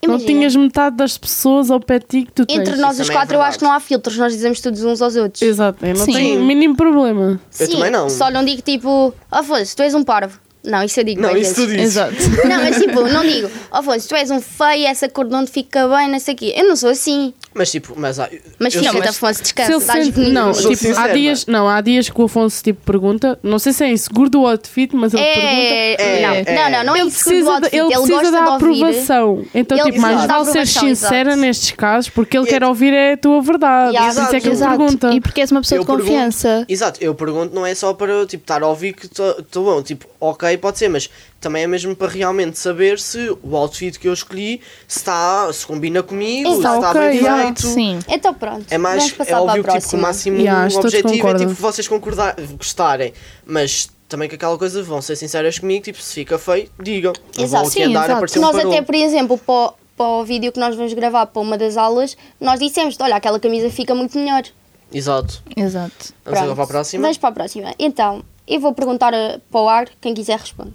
Speaker 5: não
Speaker 3: Imagina.
Speaker 5: tinhas metade das pessoas ao pé de ti que tu tens.
Speaker 3: Entre nós
Speaker 2: Isso
Speaker 3: os
Speaker 2: também é
Speaker 3: quatro, eu
Speaker 2: verdade.
Speaker 3: acho que não há filtros, nós dizemos todos uns aos outros.
Speaker 5: Exato, eu não
Speaker 4: Sim.
Speaker 5: tenho o mínimo problema.
Speaker 2: Eu também não.
Speaker 3: Só não digo tipo, Afonso, tu és um parvo. Não, isso é eu digo.
Speaker 2: Não,
Speaker 3: bué
Speaker 2: isso tu
Speaker 3: vezes.
Speaker 2: dizes.
Speaker 4: Exato.
Speaker 3: Não, mas tipo, não digo, Afonso, tu és um feio, essa cor não te fica bem, não sei o quê. Eu não sou assim.
Speaker 2: Mas tipo, mas. ah,
Speaker 3: Mas
Speaker 2: eu
Speaker 3: fica,
Speaker 2: sou-
Speaker 4: mas-
Speaker 3: Afonso,
Speaker 5: Se
Speaker 3: descansa,
Speaker 5: ele
Speaker 3: estás
Speaker 5: sente,
Speaker 3: bonito.
Speaker 5: não,
Speaker 2: Sou
Speaker 5: tipo, há
Speaker 2: sincera.
Speaker 5: dias,
Speaker 3: é?
Speaker 5: não, há dias que o Afonso tipo pergunta, não sei se é inseguro do outfit, mas ele pergunta.
Speaker 3: É, não,
Speaker 2: é.
Speaker 3: não, não, não é
Speaker 5: Ele
Speaker 3: inseguro do
Speaker 5: precisa, da-
Speaker 3: outfit,
Speaker 5: ele
Speaker 3: ele
Speaker 5: precisa
Speaker 3: gosta
Speaker 5: da
Speaker 3: de ouvir.
Speaker 5: aprovação. Então,
Speaker 3: Ele
Speaker 5: tipo, mais
Speaker 2: precisa da
Speaker 5: vale ser
Speaker 3: aprovação, exato.
Speaker 5: sincera nestes casos, porque ele
Speaker 2: E é-
Speaker 5: quer ouvir é a tua verdade.
Speaker 3: Yeah,
Speaker 5: Por isso é que ele
Speaker 4: Exato.
Speaker 5: pergunta.
Speaker 4: E porque és uma pessoa de
Speaker 2: pergunto-
Speaker 4: confiança.
Speaker 2: exato, eu pergunto não é só para eu tipo, estar a ouvir que estou bom. Tipo, ok, pode ser, mas também é mesmo para realmente saber se o outfit que eu escolhi se, está, se combina comigo,
Speaker 5: Está
Speaker 2: se está
Speaker 5: ok,
Speaker 2: bem
Speaker 5: yeah.
Speaker 2: feito.
Speaker 4: Sim.
Speaker 3: Então pronto,
Speaker 2: É mais,
Speaker 3: vamos
Speaker 2: é
Speaker 3: passar para
Speaker 2: óbvio
Speaker 3: a
Speaker 2: que tipo, que o
Speaker 3: próxima.
Speaker 2: máximo
Speaker 5: Yeah, acho que todos
Speaker 2: objetivo é tipo
Speaker 5: concordam.
Speaker 2: vocês concordar, gostarem, mas também com aquela coisa vão ser sinceras comigo, tipo, se fica feio, digam. Não
Speaker 3: Exato.
Speaker 2: vão aqui
Speaker 4: Sim,
Speaker 2: andar
Speaker 4: exato.
Speaker 2: a parecer um
Speaker 3: Nós
Speaker 2: farouro.
Speaker 3: até, por exemplo, para o, para o vídeo que nós vamos gravar para uma das aulas, nós dissemos, olha, aquela camisa fica muito melhor.
Speaker 2: Exato.
Speaker 4: Exato.
Speaker 2: Vamos agora
Speaker 3: Pronto.
Speaker 2: para a próxima.
Speaker 3: Vamos para a próxima. Então, eu vou perguntar a- para o ar, quem quiser responde.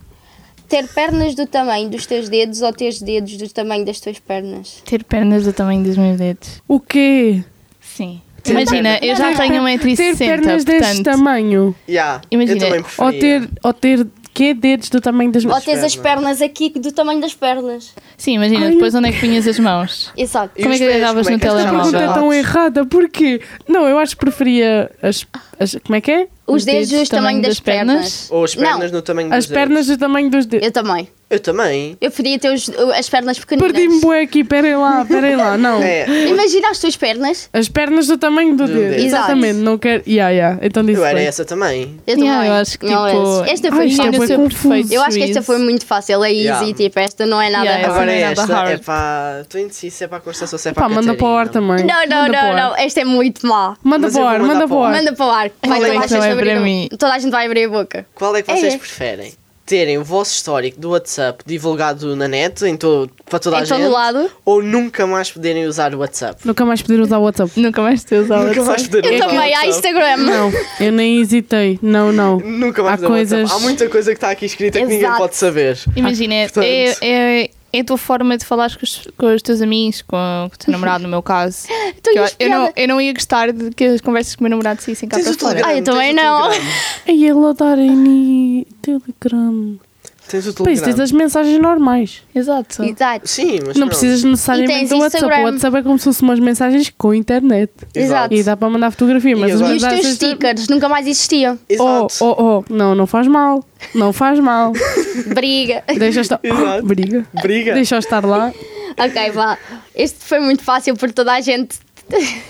Speaker 3: Ter pernas do tamanho dos teus dedos ou ter dedos do tamanho das tuas pernas?
Speaker 4: Ter pernas do tamanho dos meus dedos.
Speaker 5: O quê?
Speaker 4: Sim. Imagina, eu já tenho 1,60m.
Speaker 5: Ter pernas deste
Speaker 4: portanto,
Speaker 5: tamanho.
Speaker 2: Yeah,
Speaker 4: Imagina,
Speaker 2: eu também
Speaker 5: Ou
Speaker 2: preferia.
Speaker 5: ter, ou ter quê? Dedos do tamanho das
Speaker 3: Ou
Speaker 5: mãos.
Speaker 3: teres as pernas aqui do tamanho das pernas?
Speaker 4: Sim, imagina, depois onde é que punhas as mãos?
Speaker 3: Exato.
Speaker 2: E
Speaker 4: Como
Speaker 2: os
Speaker 4: é que
Speaker 2: pés,
Speaker 4: agarravas
Speaker 2: como é
Speaker 4: no
Speaker 2: que as
Speaker 5: Esta pergunta é
Speaker 4: telemóvel?
Speaker 5: tão errada, porquê? Não, eu acho que preferia as, as- Como é que é?
Speaker 3: Os dedos do tamanho das pernas?
Speaker 2: Ou as pernas
Speaker 3: Não.
Speaker 2: no tamanho dos
Speaker 5: As pernas do tamanho dos dedos.
Speaker 3: Eu também.
Speaker 2: Eu também.
Speaker 3: Eu preferia ter os- as pernas pequeninas.
Speaker 5: Perdi-me bué aqui, peraí lá, peraí lá, não.
Speaker 2: É,
Speaker 3: Imagina as tuas pernas.
Speaker 5: As pernas do tamanho do
Speaker 2: Do
Speaker 5: dedo.
Speaker 2: dedo.
Speaker 3: Exato.
Speaker 5: Exatamente, não quero. Yeah, yeah. Então disse.
Speaker 2: eu era
Speaker 5: bem.
Speaker 2: essa também.
Speaker 3: Eu
Speaker 4: Yeah,
Speaker 3: também.
Speaker 4: eu acho que
Speaker 3: Não,
Speaker 4: tipo-
Speaker 3: esse- Esta
Speaker 5: Ai,
Speaker 3: foi
Speaker 5: isto é
Speaker 3: muito
Speaker 5: bué
Speaker 4: ser
Speaker 5: confuso.
Speaker 4: perfeito.
Speaker 3: Eu acho que esta foi muito fácil, é easy,
Speaker 2: Yeah.
Speaker 3: tipo, esta não é nada
Speaker 4: Yeah,
Speaker 3: hard.
Speaker 2: Agora é
Speaker 4: não é nada
Speaker 2: esta. É
Speaker 4: hard.
Speaker 2: pá, estou indecisa, é para a Constância ou se é para
Speaker 5: Pá,
Speaker 2: a
Speaker 5: manda para o ar
Speaker 2: Catarina.
Speaker 5: também.
Speaker 3: Não, não,
Speaker 5: Manda para o
Speaker 3: não,
Speaker 5: ar.
Speaker 3: não, esta é muito má.
Speaker 5: Manda
Speaker 2: Mas eu
Speaker 5: para o
Speaker 2: vou
Speaker 5: ar,
Speaker 2: mandar
Speaker 5: manda
Speaker 2: para
Speaker 5: para
Speaker 2: o
Speaker 5: o
Speaker 2: ar.
Speaker 5: ar.
Speaker 3: Manda para o ar, que
Speaker 4: Olha,
Speaker 3: vai
Speaker 4: então
Speaker 3: toda a gente
Speaker 4: é
Speaker 3: abrir
Speaker 4: para
Speaker 3: o-
Speaker 4: mim.
Speaker 3: Toda a gente vai abrir a boca.
Speaker 2: Qual é que vocês
Speaker 3: É.
Speaker 2: preferem? terem o vosso histórico do WhatsApp divulgado na net, em to, para toda a
Speaker 3: Em
Speaker 2: gente,
Speaker 3: todo lado.
Speaker 2: ou nunca mais poderem usar o WhatsApp.
Speaker 5: Nunca mais poder usar o WhatsApp.
Speaker 4: Nunca mais te usava.
Speaker 2: Nunca mais poderem
Speaker 3: Eu
Speaker 2: usar o
Speaker 3: também, ah, é há
Speaker 2: WhatsApp.
Speaker 3: Instagram.
Speaker 5: Não, eu nem hesitei. Não, não.
Speaker 2: Nunca
Speaker 5: Há
Speaker 2: mais há,
Speaker 5: coisas-
Speaker 2: há muita coisa que está aqui escrita que ninguém
Speaker 3: Exato.
Speaker 2: pode saber.
Speaker 4: Imagina, é-
Speaker 2: Portanto.
Speaker 4: é, é, é a tua forma de falar com os, com os teus amigos, com, com o teu namorado, no meu caso.
Speaker 3: Então,
Speaker 4: Que eu,
Speaker 3: e as
Speaker 4: eu não,
Speaker 3: piadas?
Speaker 4: eu não ia gostar de que as conversas com o meu namorado saíssem cá
Speaker 2: Tens
Speaker 4: para
Speaker 2: o
Speaker 4: fora.
Speaker 2: Telegram.
Speaker 3: Ah, eu também
Speaker 2: tens o
Speaker 3: não.
Speaker 2: Telegram.
Speaker 5: Ai, ele adora em Telegram.
Speaker 2: Tens o
Speaker 5: Pois, tens
Speaker 2: Telegram.
Speaker 5: as mensagens normais.
Speaker 4: Ah, Exato.
Speaker 3: Exato.
Speaker 2: Sim, mas
Speaker 5: Não
Speaker 2: pronto.
Speaker 5: precisas
Speaker 3: E
Speaker 5: necessariamente
Speaker 3: tens
Speaker 5: do WhatsApp.
Speaker 3: Instagram.
Speaker 5: O WhatsApp é como se fosse umas mensagens com internet.
Speaker 3: Exato.
Speaker 5: E dá para mandar fotografia, mas
Speaker 2: E
Speaker 5: as
Speaker 2: agora?
Speaker 3: E os teus
Speaker 5: mensagens-
Speaker 3: stickers nunca mais existiam.
Speaker 5: Oh,
Speaker 2: Exato.
Speaker 5: oh, oh, não, não faz mal. Não faz mal.
Speaker 3: Briga.
Speaker 5: Deixa estar.
Speaker 2: Exato.
Speaker 5: Briga.
Speaker 2: Briga.
Speaker 5: oh, Deixa estar lá.
Speaker 3: ok, vá. Este foi muito fácil por toda a gente.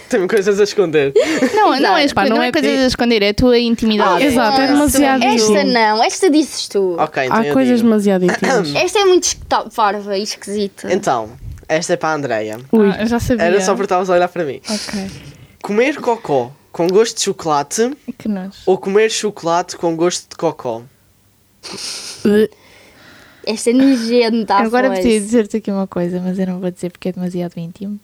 Speaker 2: Tem coisas a esconder.
Speaker 4: Não, não, é,
Speaker 5: Pá,
Speaker 4: não,
Speaker 5: não
Speaker 4: é,
Speaker 5: é
Speaker 4: coisa
Speaker 5: ti-
Speaker 4: de esconder, é a tua intimidade.
Speaker 5: Exato, é demasiado.
Speaker 3: Esta
Speaker 5: íntimo.
Speaker 3: não, esta disses tu.
Speaker 2: ok, então
Speaker 5: Há
Speaker 2: eu
Speaker 5: coisas
Speaker 2: digo.
Speaker 5: demasiado íntimas.
Speaker 3: Esta é muito esquita- parva e esquisita.
Speaker 2: Então, esta é para a Andreia.
Speaker 5: Ui.
Speaker 4: Ah, eu já sabia.
Speaker 2: Era só porque estavas a olhar para mim.
Speaker 4: Ok.
Speaker 2: Comer cocó com gosto de chocolate
Speaker 4: É Que nós.
Speaker 2: ou comer chocolate com gosto de cocó?
Speaker 3: Esta é nojenta.
Speaker 4: Uh, Agora
Speaker 3: pois.
Speaker 4: podia dizer-te aqui uma coisa, mas eu não vou dizer porque é demasiado íntimo.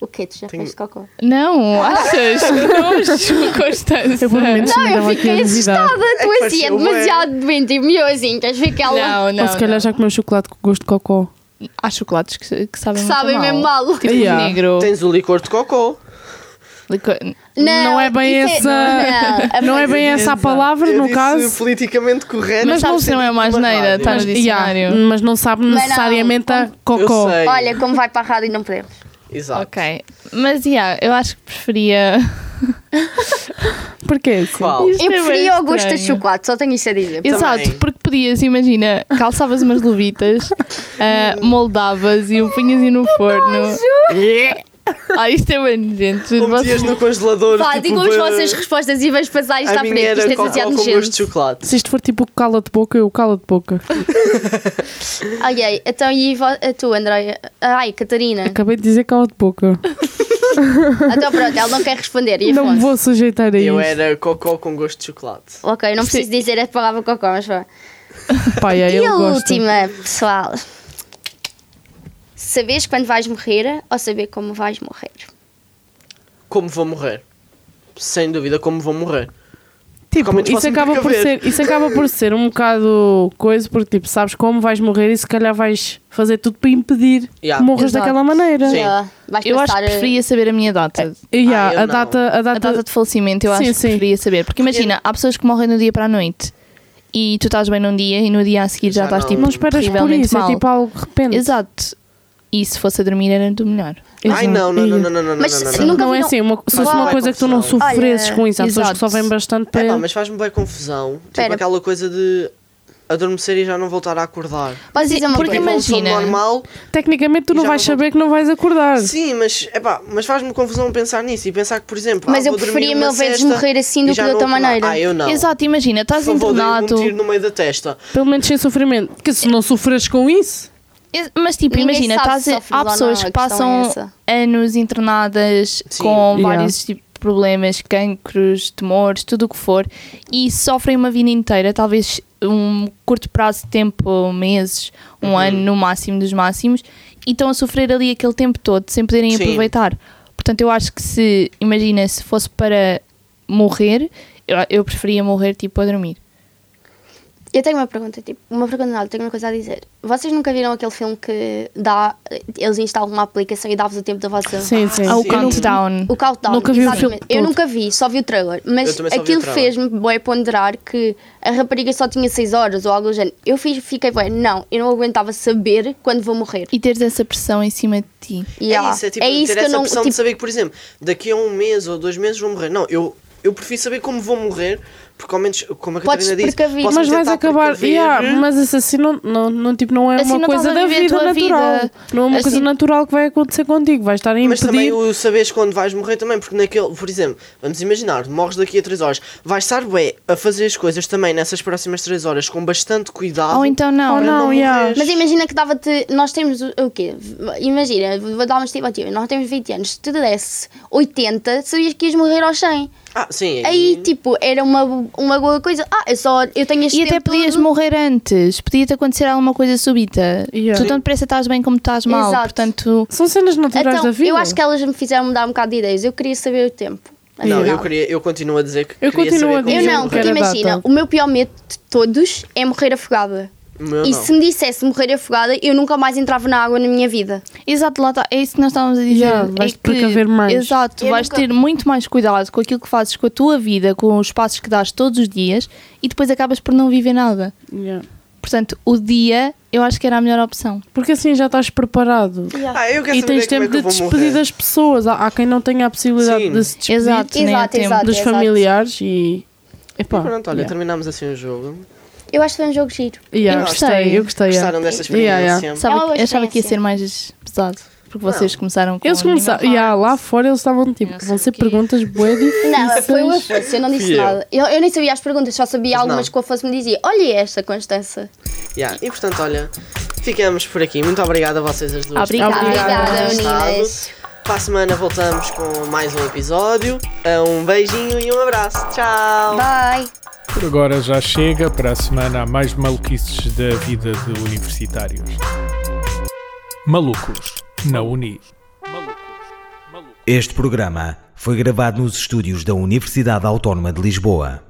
Speaker 3: O que Tu já
Speaker 2: Tenho-
Speaker 3: fez cocô?
Speaker 4: Não, achas? Não, Constância.
Speaker 5: Eu por momentos
Speaker 3: Não,
Speaker 5: me
Speaker 3: eu
Speaker 5: dava aqui a
Speaker 3: fiquei
Speaker 5: novidade.
Speaker 3: assustada. Tu
Speaker 2: que um
Speaker 3: assim, é
Speaker 2: pareceu bem.
Speaker 3: demasiado doente e melhor assim. Queres ver que ela
Speaker 4: Não, não.
Speaker 5: Ou se calhar
Speaker 4: não.
Speaker 5: já comeu chocolate com gosto de cocó.
Speaker 4: Há chocolates que, que sabem
Speaker 3: que
Speaker 4: muito
Speaker 3: sabem
Speaker 4: mal.
Speaker 3: mesmo mal?
Speaker 4: Tipo
Speaker 5: Yeah.
Speaker 4: negro.
Speaker 2: Tens o licor de cocó.
Speaker 4: Lico-
Speaker 5: Não é bem
Speaker 3: isso
Speaker 5: essa-
Speaker 3: Não,
Speaker 5: Não é bem essa a palavra,
Speaker 2: Eu
Speaker 5: no
Speaker 2: disse
Speaker 5: caso.
Speaker 2: politicamente correto.
Speaker 4: Mas
Speaker 2: não
Speaker 4: sabes que não é uma asneira, está no
Speaker 5: Yeah,
Speaker 4: dicionário.
Speaker 5: mas não sabe
Speaker 3: não,
Speaker 5: necessariamente a cocó.
Speaker 2: Eu sei.
Speaker 3: Olha, como vai para a rádio e não podemos.
Speaker 2: Exato.
Speaker 4: Ok. Mas, yeah, eu acho que preferia...
Speaker 5: Porque é assim.
Speaker 2: Qual?
Speaker 4: Isto
Speaker 3: Eu
Speaker 4: é bem
Speaker 3: preferia o gosto de
Speaker 4: estranho.
Speaker 3: chocolate, só tenho isso a dizer.
Speaker 4: Exato, porque podias, imagina, calçavas umas luvitas, ah, moldavas e o punhas no forno. Ah, isto é bem gente.
Speaker 2: Ou metias no congelador.
Speaker 3: Pá,
Speaker 2: tipo,
Speaker 3: digam as
Speaker 2: be-
Speaker 3: vossas respostas e vais passar isto
Speaker 2: A
Speaker 3: à
Speaker 2: minha
Speaker 3: frente. Isto
Speaker 2: era
Speaker 3: é
Speaker 2: cocó
Speaker 3: demasiado
Speaker 2: com gosto de
Speaker 3: nojento.
Speaker 2: chocolate.
Speaker 5: Se isto for tipo cala de boca, eu cala de boca.
Speaker 3: Ok, então e vo- a tu, Andréia? Ai, Catarina.
Speaker 5: Acabei de dizer cala de boca.
Speaker 3: Então pronto, ela não quer responder. E
Speaker 5: Não me
Speaker 3: Afonso?
Speaker 5: vou sujeitar a
Speaker 2: Eu
Speaker 5: É isso.
Speaker 2: era cocó com gosto de chocolate.
Speaker 3: Ok, não preciso dizer a palavra cocó, mas vá.
Speaker 5: Pai, é,
Speaker 3: E a
Speaker 5: eu gosto.
Speaker 3: última, pessoal. Sabes quando vais morrer ou saber como vais morrer?
Speaker 2: Como vou morrer? Sem dúvida, como vou morrer.
Speaker 5: Tipo,
Speaker 2: Como é que
Speaker 5: isso
Speaker 2: fosse um
Speaker 5: acaba, por
Speaker 2: precaver.
Speaker 5: ser, isso acaba por ser um bocado coisa, porque tipo, sabes como vais morrer e se calhar vais fazer tudo para impedir
Speaker 2: Yeah.
Speaker 5: que morras
Speaker 4: Exato.
Speaker 5: daquela maneira.
Speaker 2: Sim.
Speaker 3: Ah, vais
Speaker 4: Eu acho que
Speaker 3: passar,
Speaker 4: preferia saber a minha data.
Speaker 5: Yeah,
Speaker 2: Ah, eu
Speaker 5: a,
Speaker 2: não.
Speaker 5: data, a data.
Speaker 4: A data de falecimento, eu
Speaker 5: Sim,
Speaker 4: acho que
Speaker 5: sim.
Speaker 4: preferia saber. Porque imagina, há pessoas que morrem do dia para a noite e tu estás bem num dia e no dia a seguir já,
Speaker 2: Já
Speaker 4: estás
Speaker 2: não-
Speaker 4: tipo.
Speaker 5: Não esperas por
Speaker 4: terrivelmente
Speaker 5: isso,
Speaker 4: mal.
Speaker 5: é tipo algo de repente.
Speaker 4: Exato. E se fosse a dormir era do melhor.
Speaker 2: Ai, não, não, não, não, não, não.
Speaker 3: Mas
Speaker 2: não, não,
Speaker 3: se
Speaker 2: não.
Speaker 5: Não,
Speaker 3: Nunca
Speaker 5: é
Speaker 3: viram-
Speaker 5: assim, uma, se fosse
Speaker 2: Mas
Speaker 5: uma
Speaker 2: vai
Speaker 5: coisa que tu não
Speaker 2: confusão.
Speaker 5: sofresses
Speaker 3: Olha,
Speaker 5: com isso, há pessoas que
Speaker 4: exato.
Speaker 5: sofrem bastante para
Speaker 2: É, pá,
Speaker 5: ele.
Speaker 2: mas faz-me bem confusão. Tipo
Speaker 3: Pera.
Speaker 2: aquela coisa de adormecer e já não voltar a acordar.
Speaker 3: Posso dizer uma
Speaker 4: Porque
Speaker 3: coisa?
Speaker 2: Tipo, um sono
Speaker 4: imagina.
Speaker 2: normal.
Speaker 5: Tecnicamente tu
Speaker 2: E
Speaker 5: não
Speaker 2: já
Speaker 5: vais
Speaker 2: não vou-
Speaker 5: saber que não vais acordar.
Speaker 2: Sim, mas, epá, mas faz-me confusão pensar nisso e pensar que, por exemplo,
Speaker 3: Mas
Speaker 2: ah,
Speaker 3: eu
Speaker 2: vou dormir
Speaker 3: preferia
Speaker 2: uma
Speaker 3: mil vezes
Speaker 2: sesta
Speaker 3: morrer assim
Speaker 2: e
Speaker 3: do
Speaker 2: já
Speaker 3: que de outra
Speaker 2: não acordar.
Speaker 3: maneira.
Speaker 2: Ah, eu não.
Speaker 4: Exato, imagina, estás
Speaker 2: Por favor, dei-me
Speaker 4: internado.
Speaker 2: um tiro no meio da testa.
Speaker 5: Pelo menos sem sofrimento. Porque se não sofres com isso,
Speaker 4: Ex- Mas tipo,
Speaker 3: Ninguém
Speaker 4: imagina,
Speaker 3: sabe
Speaker 4: estás
Speaker 3: se
Speaker 4: a-
Speaker 3: sofre
Speaker 4: há
Speaker 3: ou não,
Speaker 4: pessoas
Speaker 3: a
Speaker 4: que
Speaker 3: questão é
Speaker 4: passam
Speaker 3: essa.
Speaker 4: anos internadas
Speaker 2: Sim.
Speaker 4: com
Speaker 5: Yeah.
Speaker 4: vários tipos de problemas, cancros, tumores, tudo o que for, e sofrem uma vida inteira, talvez um curto prazo de tempo, meses, um ano no máximo dos máximos, e estão a sofrer ali aquele tempo todo sem poderem
Speaker 2: Sim.
Speaker 4: aproveitar. Portanto, eu acho que se, imagina, se fosse para morrer, eu, eu preferia morrer tipo a dormir.
Speaker 3: Eu tenho uma pergunta, tipo, uma pergunta não, tenho uma coisa a dizer. Vocês nunca viram aquele filme que dá, eles instalam uma aplicação e dá-vos o tempo da vossa...
Speaker 5: sim, sim.
Speaker 4: Ao
Speaker 2: Sim.
Speaker 4: countdown.
Speaker 3: O Countdown,
Speaker 5: Nunca vi o
Speaker 3: exatamente.
Speaker 5: filme
Speaker 3: Eu
Speaker 5: todo.
Speaker 3: nunca vi, só vi o trailer.
Speaker 2: Eu
Speaker 3: Mas
Speaker 2: também só vi o
Speaker 3: aquilo
Speaker 2: trailer.
Speaker 3: fez-me bem ponderar que a rapariga só tinha 6 horas ou algo do género. Eu fiz, fiquei bem, não, eu não aguentava saber quando vou morrer.
Speaker 4: E teres essa pressão em cima de ti.
Speaker 3: Yeah.
Speaker 2: É isso, é tipo
Speaker 3: É isso
Speaker 2: ter
Speaker 3: que eu
Speaker 2: essa
Speaker 3: não-
Speaker 2: opção
Speaker 3: tipo-
Speaker 2: de saber que, por exemplo, daqui a um mês ou dois meses vou morrer. Não, eu, eu prefiro saber como vou morrer, porque ao menos, como a
Speaker 3: Podes
Speaker 2: Catarina disse,
Speaker 3: precaver.
Speaker 2: posso
Speaker 5: mas
Speaker 2: me
Speaker 5: vais
Speaker 2: tentar
Speaker 5: acabar.
Speaker 2: precaver.
Speaker 5: Yeah, mas isso assim não, não, não, tipo, não é
Speaker 4: Assim não
Speaker 5: uma
Speaker 4: estás
Speaker 5: coisa
Speaker 4: a
Speaker 5: da
Speaker 4: viver a
Speaker 5: vida
Speaker 4: tua
Speaker 5: natural.
Speaker 4: vida.
Speaker 5: Não é uma coisa
Speaker 4: Assim-
Speaker 5: natural que vai acontecer contigo. Vais estar a
Speaker 2: Mas também
Speaker 5: impedir.
Speaker 2: o saberes quando vais morrer também, porque naquele, por exemplo, vamos imaginar, morres daqui a 3 horas, vais estar bué a fazer as coisas também nessas próximas 3 horas com bastante cuidado.
Speaker 4: Ou então não.
Speaker 5: Ou
Speaker 4: não.
Speaker 5: não,
Speaker 2: não
Speaker 5: yeah.
Speaker 2: morreres.
Speaker 3: Mas imagina que dava-te. Nós temos o, o quê? Imagina, vou dar uma estimativa. Nós temos 20 anos. Se te desse 80, sabias que ias morrer aos 100.
Speaker 2: Ah, sim.
Speaker 3: Aí, tipo, era uma, uma boa coisa. Ah, eu só eu tenho este
Speaker 4: E até
Speaker 3: tempo
Speaker 4: podias
Speaker 3: todo.
Speaker 4: morrer antes, podia-te acontecer alguma coisa súbita.
Speaker 5: Yeah.
Speaker 4: Tu tão depressa estás bem como estás mal,
Speaker 3: Exato.
Speaker 4: portanto,
Speaker 5: São cenas naturais
Speaker 3: Então,
Speaker 5: da vida.
Speaker 3: eu acho que elas me fizeram mudar um bocado de ideias. Eu queria saber o tempo.
Speaker 2: Não, eu,
Speaker 3: afinal.
Speaker 2: queria, eu continuo a dizer que
Speaker 5: Eu
Speaker 2: queria
Speaker 5: continuo
Speaker 2: saber
Speaker 5: a
Speaker 2: como é
Speaker 3: Eu
Speaker 5: dizer
Speaker 2: ia
Speaker 3: não,
Speaker 5: morrer
Speaker 2: morrer.
Speaker 3: porque
Speaker 5: a
Speaker 3: imagina,
Speaker 5: data.
Speaker 3: o meu pior medo de todos é morrer afogada.
Speaker 2: O meu
Speaker 3: E
Speaker 2: não.
Speaker 3: se me dissesse morrer afogada, eu nunca mais entrava na água na minha vida.
Speaker 4: exato, lá está, é isso que nós estávamos a dizer.
Speaker 5: Yeah, vais-te
Speaker 4: é que,
Speaker 5: precaver mais.
Speaker 4: Exato,
Speaker 3: Eu
Speaker 4: vais
Speaker 3: nunca-
Speaker 4: ter muito mais cuidado com aquilo que fazes com a tua vida, com os passos que dás todos os dias e depois acabas por não viver nada.
Speaker 5: Yeah.
Speaker 4: Portanto, o dia eu acho que era a melhor opção.
Speaker 5: Porque assim já estás preparado.
Speaker 2: Ah, eu quero
Speaker 5: E
Speaker 2: saber
Speaker 5: tens
Speaker 2: como é
Speaker 5: tempo
Speaker 2: que eu
Speaker 5: de
Speaker 2: vou
Speaker 5: despedir
Speaker 2: morrer.
Speaker 5: das pessoas. Há, há quem não tenha a possibilidade
Speaker 2: Sim.
Speaker 5: de se despedir
Speaker 4: Exato, nem há
Speaker 3: Exato,
Speaker 4: tempo.
Speaker 3: exato.
Speaker 5: dos
Speaker 3: exato.
Speaker 5: familiares e. Epá,
Speaker 2: Pronto, olha,
Speaker 5: yeah.
Speaker 2: terminamos assim o jogo.
Speaker 3: Eu acho que foi um jogo giro.
Speaker 5: Yeah,
Speaker 4: Eu
Speaker 5: gostei,
Speaker 4: gostei.
Speaker 5: eu gostei. yeah.
Speaker 2: Gostaram dessa experiência?
Speaker 5: Yeah, yeah.
Speaker 4: Sabe,
Speaker 3: É uma
Speaker 4: eu achava que ia
Speaker 3: experiência.
Speaker 4: ser mais pesado, porque vocês começaram com
Speaker 5: Eles
Speaker 4: o Animal
Speaker 5: começaram,
Speaker 4: Farm.
Speaker 5: yeah, lá fora eles estavam tipo,
Speaker 4: Não sei
Speaker 5: vão
Speaker 4: o
Speaker 5: ser
Speaker 4: quê.
Speaker 5: perguntas bué difíceis.
Speaker 3: Não, foi o Afonso, eu não disse
Speaker 2: Fui eu.
Speaker 3: nada. Eu, eu nem sabia as perguntas, só sabia
Speaker 2: Mas
Speaker 3: algumas
Speaker 2: é não.
Speaker 3: que o Afonso me dizia. Olha esta, Constança.
Speaker 2: Yeah, E portanto, olha, ficamos por aqui. Muito obrigada a vocês as duas.
Speaker 4: Obrigada.
Speaker 3: Obrigada,
Speaker 2: por terem
Speaker 3: meninas.
Speaker 2: estado. Para a semana voltamos com mais um episódio. Um beijinho e um abraço. Tchau!
Speaker 3: Bye.
Speaker 1: Por agora já chega, para a semana há mais maluquices da vida de universitários. Malucos, na Uni.
Speaker 6: Este programa foi gravado nos estúdios da Universidade Autónoma de Lisboa.